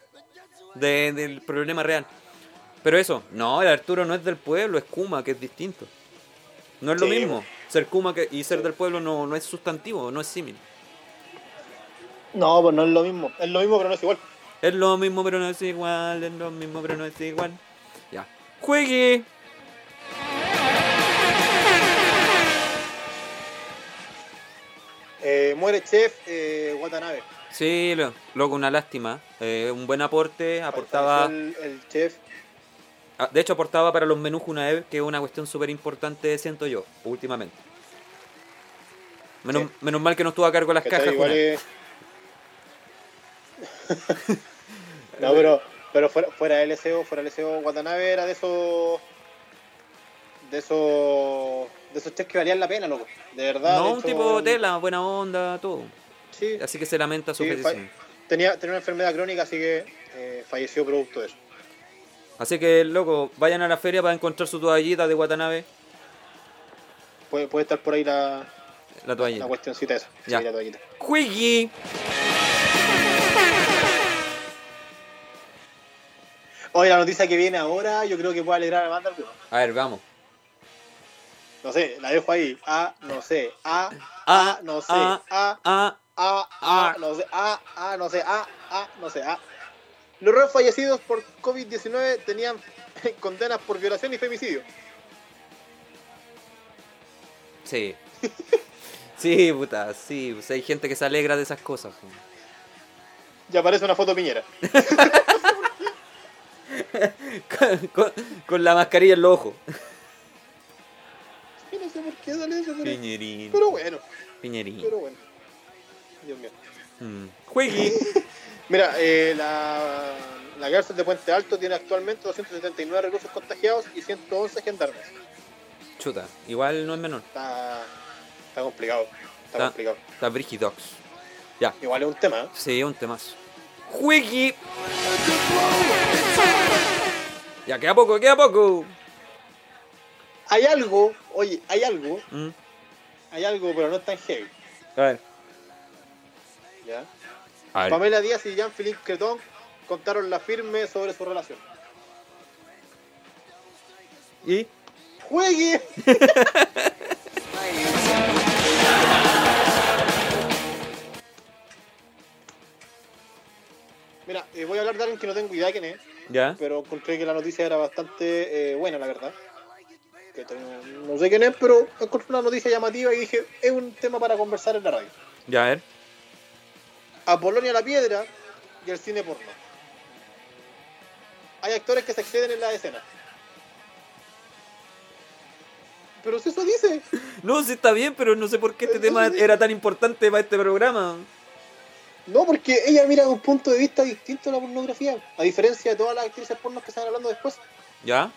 de- del problema real. Pero eso, no, el Arturo no es del pueblo, es Kuma, que es distinto. No es lo Sí, mismo. bo- Ser Kuma que- y ser Sí. del pueblo no, no es sustantivo, no es símil. No, pues no es lo mismo. Es lo mismo, pero no es igual. Es lo mismo, pero no es igual. Es lo mismo, pero no es igual. Ya. Juegue. Eh, muere Chef eh, Watanabe. Sí, lo- loco, una lástima. Eh, un buen aporte. Aportaba. El, el chef. ah, De hecho, aportaba para los menús una vez, que es una cuestión súper importante, siento yo, últimamente. Menos, Sí. menos mal que no estuvo a cargo las ¿Cachai? cajas. Igual Junae. es- no, pero, pero fuera, fuera el SEO, fuera el SEO, Watanabe era de esos. De esos. De esos chefs que valían la pena, loco. De verdad. No, de un hecho, tipo de tela, buena onda, todo. Sí, Así que se lamenta su Sí, petición. tenía, tenía una enfermedad crónica, así que eh, falleció producto de eso. Así que, loco, vayan a la feria para encontrar su toallita de Watanabe. Puede, puede estar por ahí la, La la toallita. cuestioncita esa. Sí, Ya. la toallita. Juegue. Oye, la noticia que viene ahora, yo creo que puede alegrar a más de alguno. A ver, vamos. No sé, la dejo ahí. A, no sé. A, a, Ah, no sé. ah, a ah, Ah, ah, no sé, ah, ah, no sé, ah, ah, no sé, ah. Los reos fallecidos por COVID-19 tenían condenas por violación y femicidio. Sí. Sí, puta, sí. pues hay gente que se alegra de esas cosas. pues. Y aparece una foto de piñera. Con, con- con la mascarilla en los ojos. Yo no sé por qué sale eso, pero, Piñerín. pero bueno, Piñerín. pero bueno. Dios mío. Mm. Juegui. Mira, eh, la, la cárcel de Puente Alto tiene actualmente 279 reclusos contagiados y 111 gendarmes. Chuta, igual no es menor. Está, está complicado, está Está- complicado. Está Brigidox. Igual es un tema, ¿eh? Sí, un temazo. Juegui. Ya queda poco, queda poco. Hay algo, oye, hay algo, Mm. hay algo, pero no es tan heavy, A ver. ¿ya? A ver. Pamela Díaz y Jean-Philippe Creton contaron la firme sobre su relación. ¿Y? ¡Juegue! Mira, eh, voy a hablar de alguien que no tengo idea quién es, ¿Ya? pero encontré que la noticia era bastante eh, buena, la verdad. Que tengo- no sé quién es, pero encontré una noticia llamativa y dije, es un tema para conversar en la radio. Ya, a ver. Apolonia la Piedra y el cine porno. Hay actores que se exceden en la escena. Pero si eso dice, No, sí está bien, pero no sé por qué este Eh, tema sí. era tan importante para este programa. no, porque ella mira de un punto de vista distinto a la pornografía, a diferencia de todas las actrices porno que están hablando después. ¿Ya?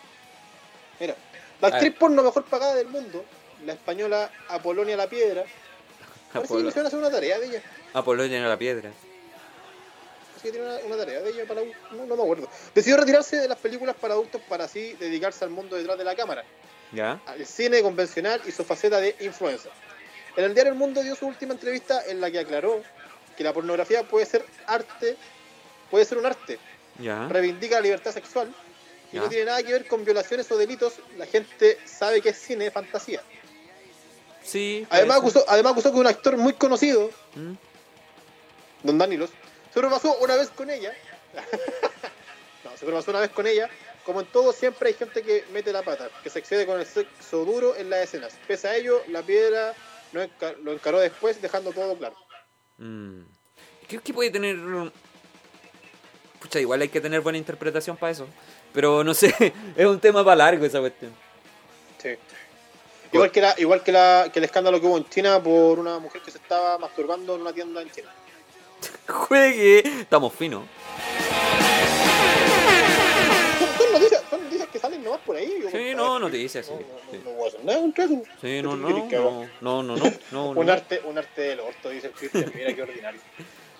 Mira, la A ver. actriz porno mejor pagada del mundo, la española Apolonia la Piedra, parece que Apolo- le hicieron hacer una tarea de ella. Apolonia en la piedra. Así que tiene una, una tarea de ella para un- no, no me acuerdo. Decidió retirarse de las películas para adultos para así dedicarse al mundo detrás de la cámara. ¿Ya? al cine convencional y su faceta de influencer. En el diario El Mundo dio su última entrevista en la que aclaró que la pornografía puede ser arte, puede ser un arte, ¿Ya? reivindica la libertad sexual y ¿Ah? Ya. no tiene nada que ver con violaciones o delitos, la gente sabe que es cine de fantasía. Sí. Además puede ser. acusó, además acusó que un actor muy conocido, ¿Mm? Don Danilos, se propasó una vez con ella. no, se propasó una vez con ella. Como en todo, siempre hay gente que mete la pata, que se excede con el sexo duro en las escenas. Pese a ello, la piedra no enca- lo encaró después, dejando todo claro. Mm. Creo que puede tener. un- Pucha, igual hay que tener buena interpretación para eso. Pero no sé, es un tema para largo esa cuestión. Sí. Igual que, la, igual que, la, que el escándalo que hubo en China por una mujer que se estaba masturbando en una tienda en China. Juegue, estamos finos. Son, son noticias, son noticias que salen nomás por ahí. yo, Sí, compadre. no, noticias, sí. No, no, Sí. no voy a hacer nada contra eso. Sí, no, ¿Qué no, quieres que haga? no, no, no, no, no, Un no. arte, un arte del orto, dice el Cristian. Mira qué ordinario.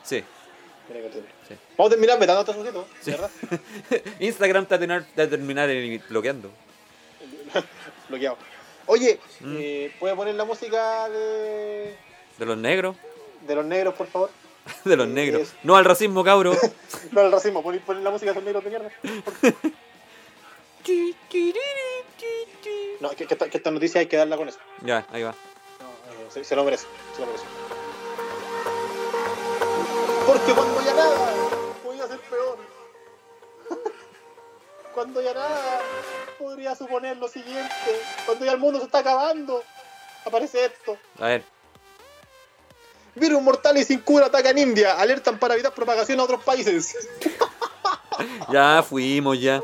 Sí. Mira qué ordinario. Sí. Vamos a terminar vetando a este sujeto, Sí. ¿verdad? Instagram te va a tener- te va a terminar en- bloqueando. Bloqueado. Oye, Mm. eh, ¿puede poner la música de, De los negros, de los negros, por favor? de los Sí, negros. es. No al racismo, cabro. No, el racismo, poner, poner la música de los negros de mierda. No, que, que esta, que esta noticia hay que darla con eso. Ya, ahí va. No, eh, se, se lo merece, se lo merece. Porque cuando ya nada, podía ser peor. cuando ya nada, podría suponer lo siguiente. Cuando ya el mundo se está acabando, aparece esto. A ver. Virus mortal y sin cura atacan India. Alertan para evitar propagación a otros países. Ya fuimos, ya.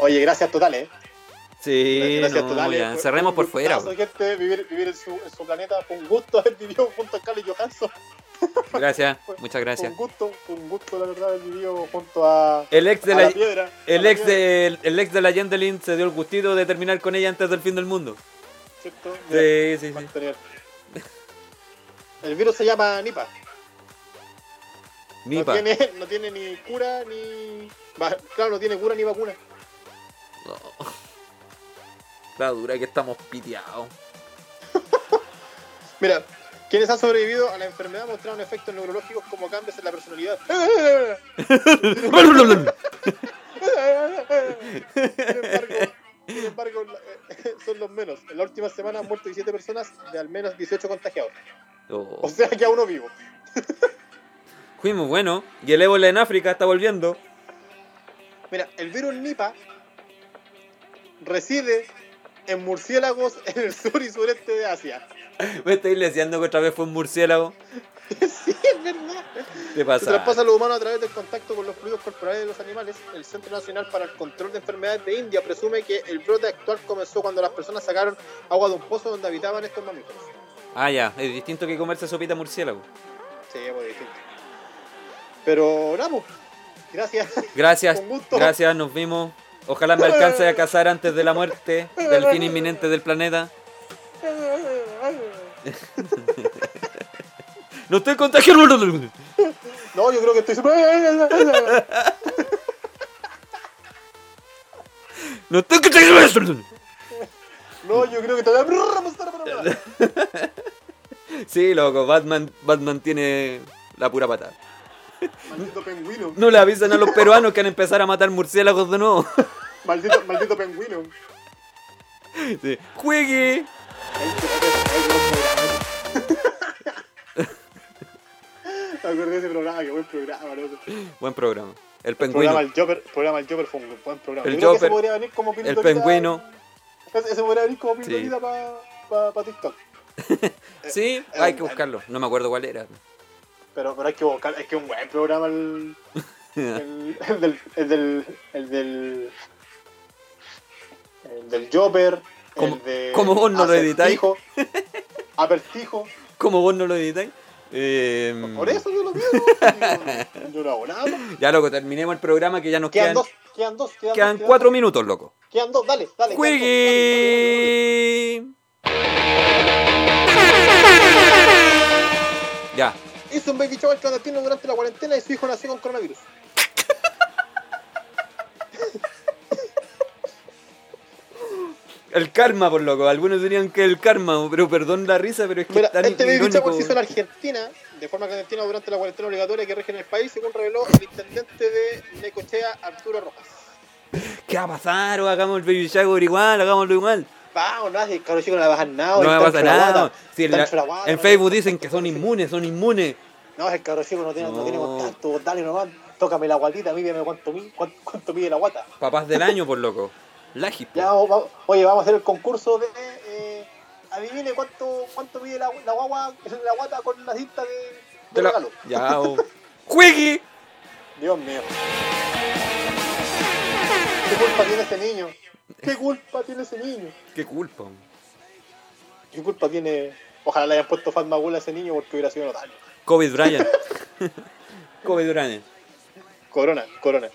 Oye, gracias totales. ¿eh? Sí, Gracias no, totales. ya. Fue Cerremos un por fuera. gustazo, gente, vivir, vivir en, su, en su planeta. Fue un gusto haber vivido junto a Carlos Johansson. Gracias, muchas gracias. Un gusto, un gusto, la verdad, haber vivido junto a. El ex de a la, la piedra. el a la ex piedra, de, el, ex de la Yendelin se dio el gustito de terminar con ella antes del fin del mundo. ¿cierto? Mira, Sí, sí, sí. cuánto nivel. El virus se llama Nipa. Nipa. No, tiene, no tiene ni cura ni. va- Claro, no tiene cura ni vacuna. No. La dura que estamos piteados. Mira, quienes han sobrevivido a la enfermedad mostraron efectos neurológicos como cambios en la personalidad. Sin embargo, sin embargo, la- eh, son los menos. En la última semana han muerto 17 personas de al menos 18 contagiados. O Oh. sea que a uno vivo. Fuimos bueno. Y el ébola en África está volviendo. Mira, el virus Nipa reside en murciélagos en el sur y sureste de Asia. Me estoy deseando que otra vez fue un murciélago. sí, es verdad. Te Se pasa. traspasa a los humanos a través del contacto con los fluidos corporales de los animales. El Centro Nacional para el Control de Enfermedades de India presume que el brote actual comenzó cuando las personas sacaron agua de un pozo donde habitaban estos mamíferos. Ah, ya. Es distinto que comerse sopita murciélago. Sí, pues distinto. Pero, Ramos, gracias. Gracias. Con gusto. Gracias, nos vimos. Ojalá me alcance a casar antes de la muerte, del fin inminente del planeta. No estoy contagiando. No, yo creo que estoy super... No estoy contagiando. No, yo creo que todavía... Sí, loco, Batman, Batman tiene la pura patada. Maldito pingüino. No le avisan a los peruanos que han empezar a matar murciélagos de nuevo. Maldito, maldito pingüino. Sí. Juegue. Me acordé de ese programa, qué buen programa, loco. Buen programa. El Programa el pingüino. Joper, programa el Joper fue un buen programa. El Yo creo que Joper, ese podría venir como El pildorita- pingüino. Ese, ese podría venir como Sí. pildorita para pa, pa TikTok. Eh, Sí, hay que buscarlo. No me acuerdo cuál era. Pero, pero hay que buscar, es que es un buen programa el, el, el del, el del, el del, el del Joper, Como- el de como vos no lo editáis. Acertijo, Apertijo, Como vos no lo editáis. Eh, por eso yo lo veo, yo, yo no hago nada. más. Ya, loco, terminemos el programa que ya nos Quedan quedan. dos, quedan dos, quedan, Quedan dos, cuatro minutos, loco. Quedan dos, dale, dale. quedan dos, dale, dale, dale. Juegue. Ya. Hizo un baby shower clandestino durante la cuarentena y su hijo nació con coronavirus. el karma, por loco. Algunos dirían que el karma, pero perdón la risa, pero es que Mira, es tan este baby irónico, shower se hizo en weón. Argentina, de forma clandestina durante la cuarentena obligatoria que rige en el país, según reveló el intendente de Necochea, Arturo Rojas. ¿Qué va a pasar? O hagamos el baby shower igual, hagámoslo igual. Vamos, no, si cabros chicos no le bajan nada. No el me tan pasa nada. fraguada, Si en, tan la- fraguada, en no Facebook le- dicen que son inmunes, son inmunes. No, el cabro chico no tiene, no. No. tiene contacto, vos dale nomás. Tócame la guatita, mídeme cuánto, mi- cuánto, cuánto mide la guata. Papás del año, por loco. Lagis, po. Ya, vamos- vamos- oye, vamos a hacer el concurso de. Eh, adivine cuánto, cuánto mide la, la guagua, la guata con la cinta de, de Te la- regalo. Ya, oh. o... ¡Juegue! Dios mío. ¿Qué culpa tiene ese niño? ¿Qué culpa tiene ese niño? ¡Qué culpa! ¿Qué culpa tiene.? Ojalá le hayan puesto Fatma Gula a ese niño porque hubiera sido notable. Kobe Bryant. Kobe Bryant. Corona, corona.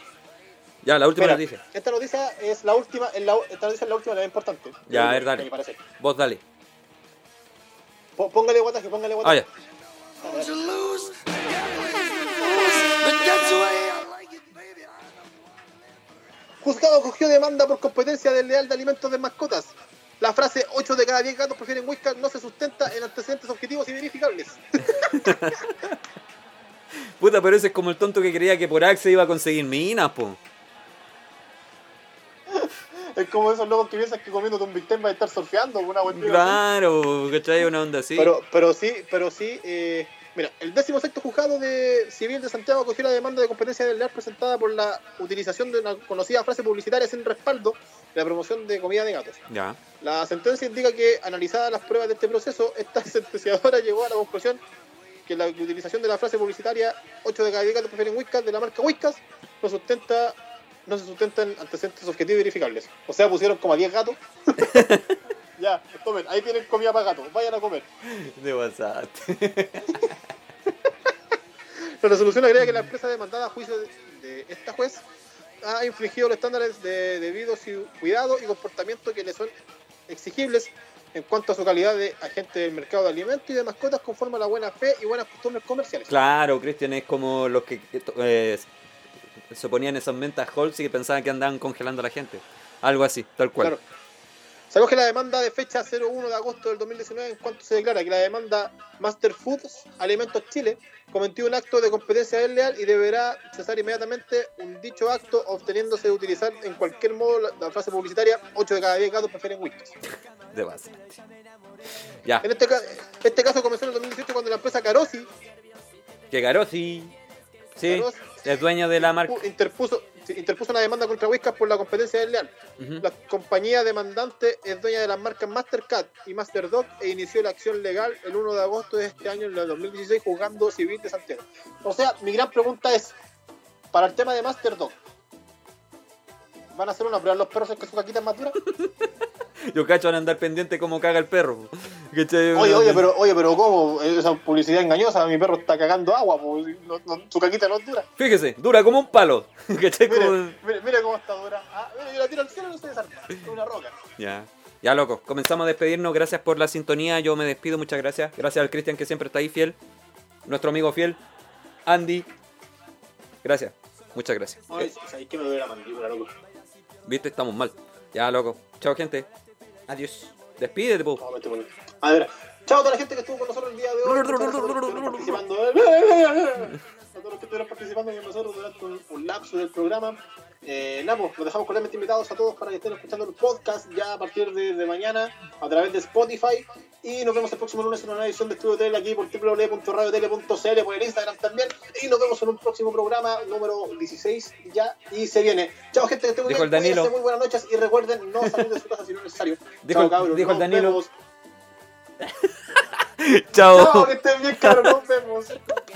Ya, la última Mira, noticia. Esta noticia es la última, es la- esta noticia es la última, la más importante. Ya, Eh, a ver, dale. a mi parecer. Vos dale. Po- Póngale guataje, póngale Ah, guataje. ya. Juzgado cogió demanda por competencia desleal de alimentos de mascotas. La frase 8 de cada 10 gatos prefieren whiskas no se sustenta en antecedentes objetivos y verificables. Puta, pero ese es como el tonto que creía que por Axe iba a conseguir minas, po. es como esos locos que piensan que comiéndote un Big Ten vas a estar surfeando con una cuestión así. Claro, ¿cachai? Una onda así. Pero, pero sí, pero sí. eh, mira, el décimo sexto juzgado de civil de Santiago cogió la demanda de competencia del leal presentada por la utilización de una conocida frase publicitaria sin respaldo de la promoción de comida de gatos. Ya. La sentencia indica que, analizadas las pruebas de este proceso, esta sentenciadora llegó a la conclusión que la utilización de la frase publicitaria 8 de cada 10 gatos prefieren Whiskas de la marca Whiskas no sustenta no se sustentan antecedentes objetivos verificables. O sea, pusieron como a 10 gatos. ya, tomen, ahí tienen comida para gatos, vayan a comer. De WhatsApp. La resolución agrega que la empresa demandada a juicio de esta juez ha infringido los estándares de debido ci- cuidado y comportamiento que le son exigibles en cuanto a su calidad de agente del mercado de alimentos y de mascotas conforme a la buena fe y buenas costumbres comerciales. Claro, Cristian es como los que eh, se ponían esas mentas Halls y que pensaban que andaban congelando a la gente. Algo así, tal cual. Claro. Se acoge la demanda de fecha 01 de agosto del 2019 en cuanto se declara que la demanda Master Foods Alimentos Chile cometió un acto de competencia desleal y deberá cesar inmediatamente un dicho acto obteniéndose de utilizar en cualquier modo la, la frase publicitaria 8 de cada 10 gatos prefieren whisky. De WhatsApp. Ya. En este, ca- este caso comenzó en el 2018 cuando la empresa Carosi Que Garosi. Sí. Garosi. Es dueño de la marca. pu- interpuso, sí, interpuso una demanda contra Whiskas por la competencia desleal. Ujú. La compañía demandante es dueña de las marcas Mastercard y Masterdog e inició la acción legal el 1 de agosto de este año, en el 2016, juzgando civil de Santiago. O sea, mi gran pregunta es, para el tema de Masterdog, ¿van a hacer una prueba a los perros en que su caquita es más dura? Yo cacho van a andar pendiente como caga el perro. ¿Cachai? Oye, oye, pero, oye, pero ¿cómo? Esa publicidad engañosa, mi perro está cagando agua, pues, no- no- su caquita no es dura. Fíjese, dura como un palo. ¿Cachai? Mire, Como- mire, mire cómo está dura. Ah, mire, yo la tiro al cielo y no se desarma. Es una roca. Ya. Ya, loco. Comenzamos a despedirnos. Gracias por la sintonía. Yo me despido. Muchas gracias. Gracias al Cristian que siempre está ahí fiel. Nuestro amigo fiel. Andy. Gracias. Muchas gracias. Ay, ¿sabéis que me duele la mandíbula, loco? Eh, Viste, estamos mal. Ya, loco. Chao, gente. Adiós. Despídete, po. No, me estoy poniendo- A ver, chao a toda la gente que estuvo con nosotros el día de hoy. Muchas gracias a todos los que estuvieron participando. A todos los que estuvieron participando con nosotros durante un, un lapso del programa. Eh, nada, pues, los dejamos cordialmente invitados a todos para que estén escuchando el podcast ya a partir de, de mañana a través de Spotify. Y nos vemos el próximo lunes en una nueva edición de Estudio Tele aquí por www.radiotele.cl, por el pues, Instagram también. Y nos vemos en un próximo programa número 16 ya. Y se viene. Chao, gente, que estén muy Dijo el bien. Danilo. Cuídense, Muy buenas noches y recuerden no salir de su casa si no es necesario. Dijo el- dijo nos el Danilo. vemos. Chao. No, que estén bien, cabrón. Nos vemos.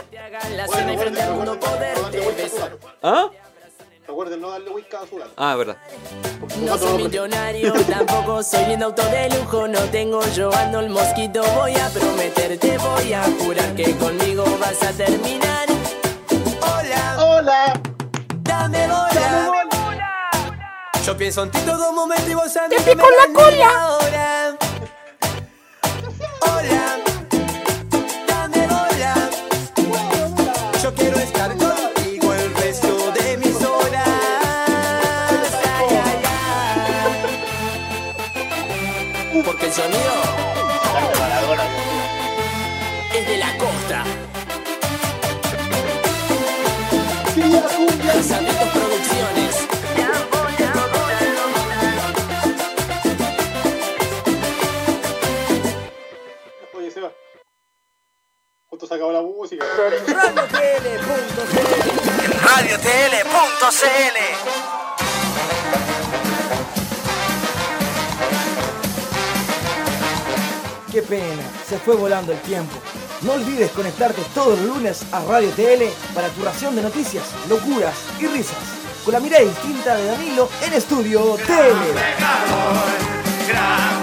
te hagan la cena Bueno, y frente al mundo recuerden, poder recuerden, te besar. recuerden, ¿Ah? Recuerden no darle whisky a su gato. Ah, verdad. No soy millonario, tampoco soy un auto de lujo. No tengo yo ando el mosquito. Voy a prometerte, voy a jurar que conmigo vas a terminar. Hola, Hola. dame bola. Yo pienso en ti todo momento y vos a mí Te pico la cola. Ahora. Hola, dame bola. Yo quiero estar contigo el resto de mis horas. Ay, ay, ay. radiotele.cl. Qué pena, se fue volando el tiempo. No olvides conectarte todos los lunes a Radio TL para tu ración de noticias, locuras y risas. Con la mirada distinta de Danilo en Estudio TL. Gran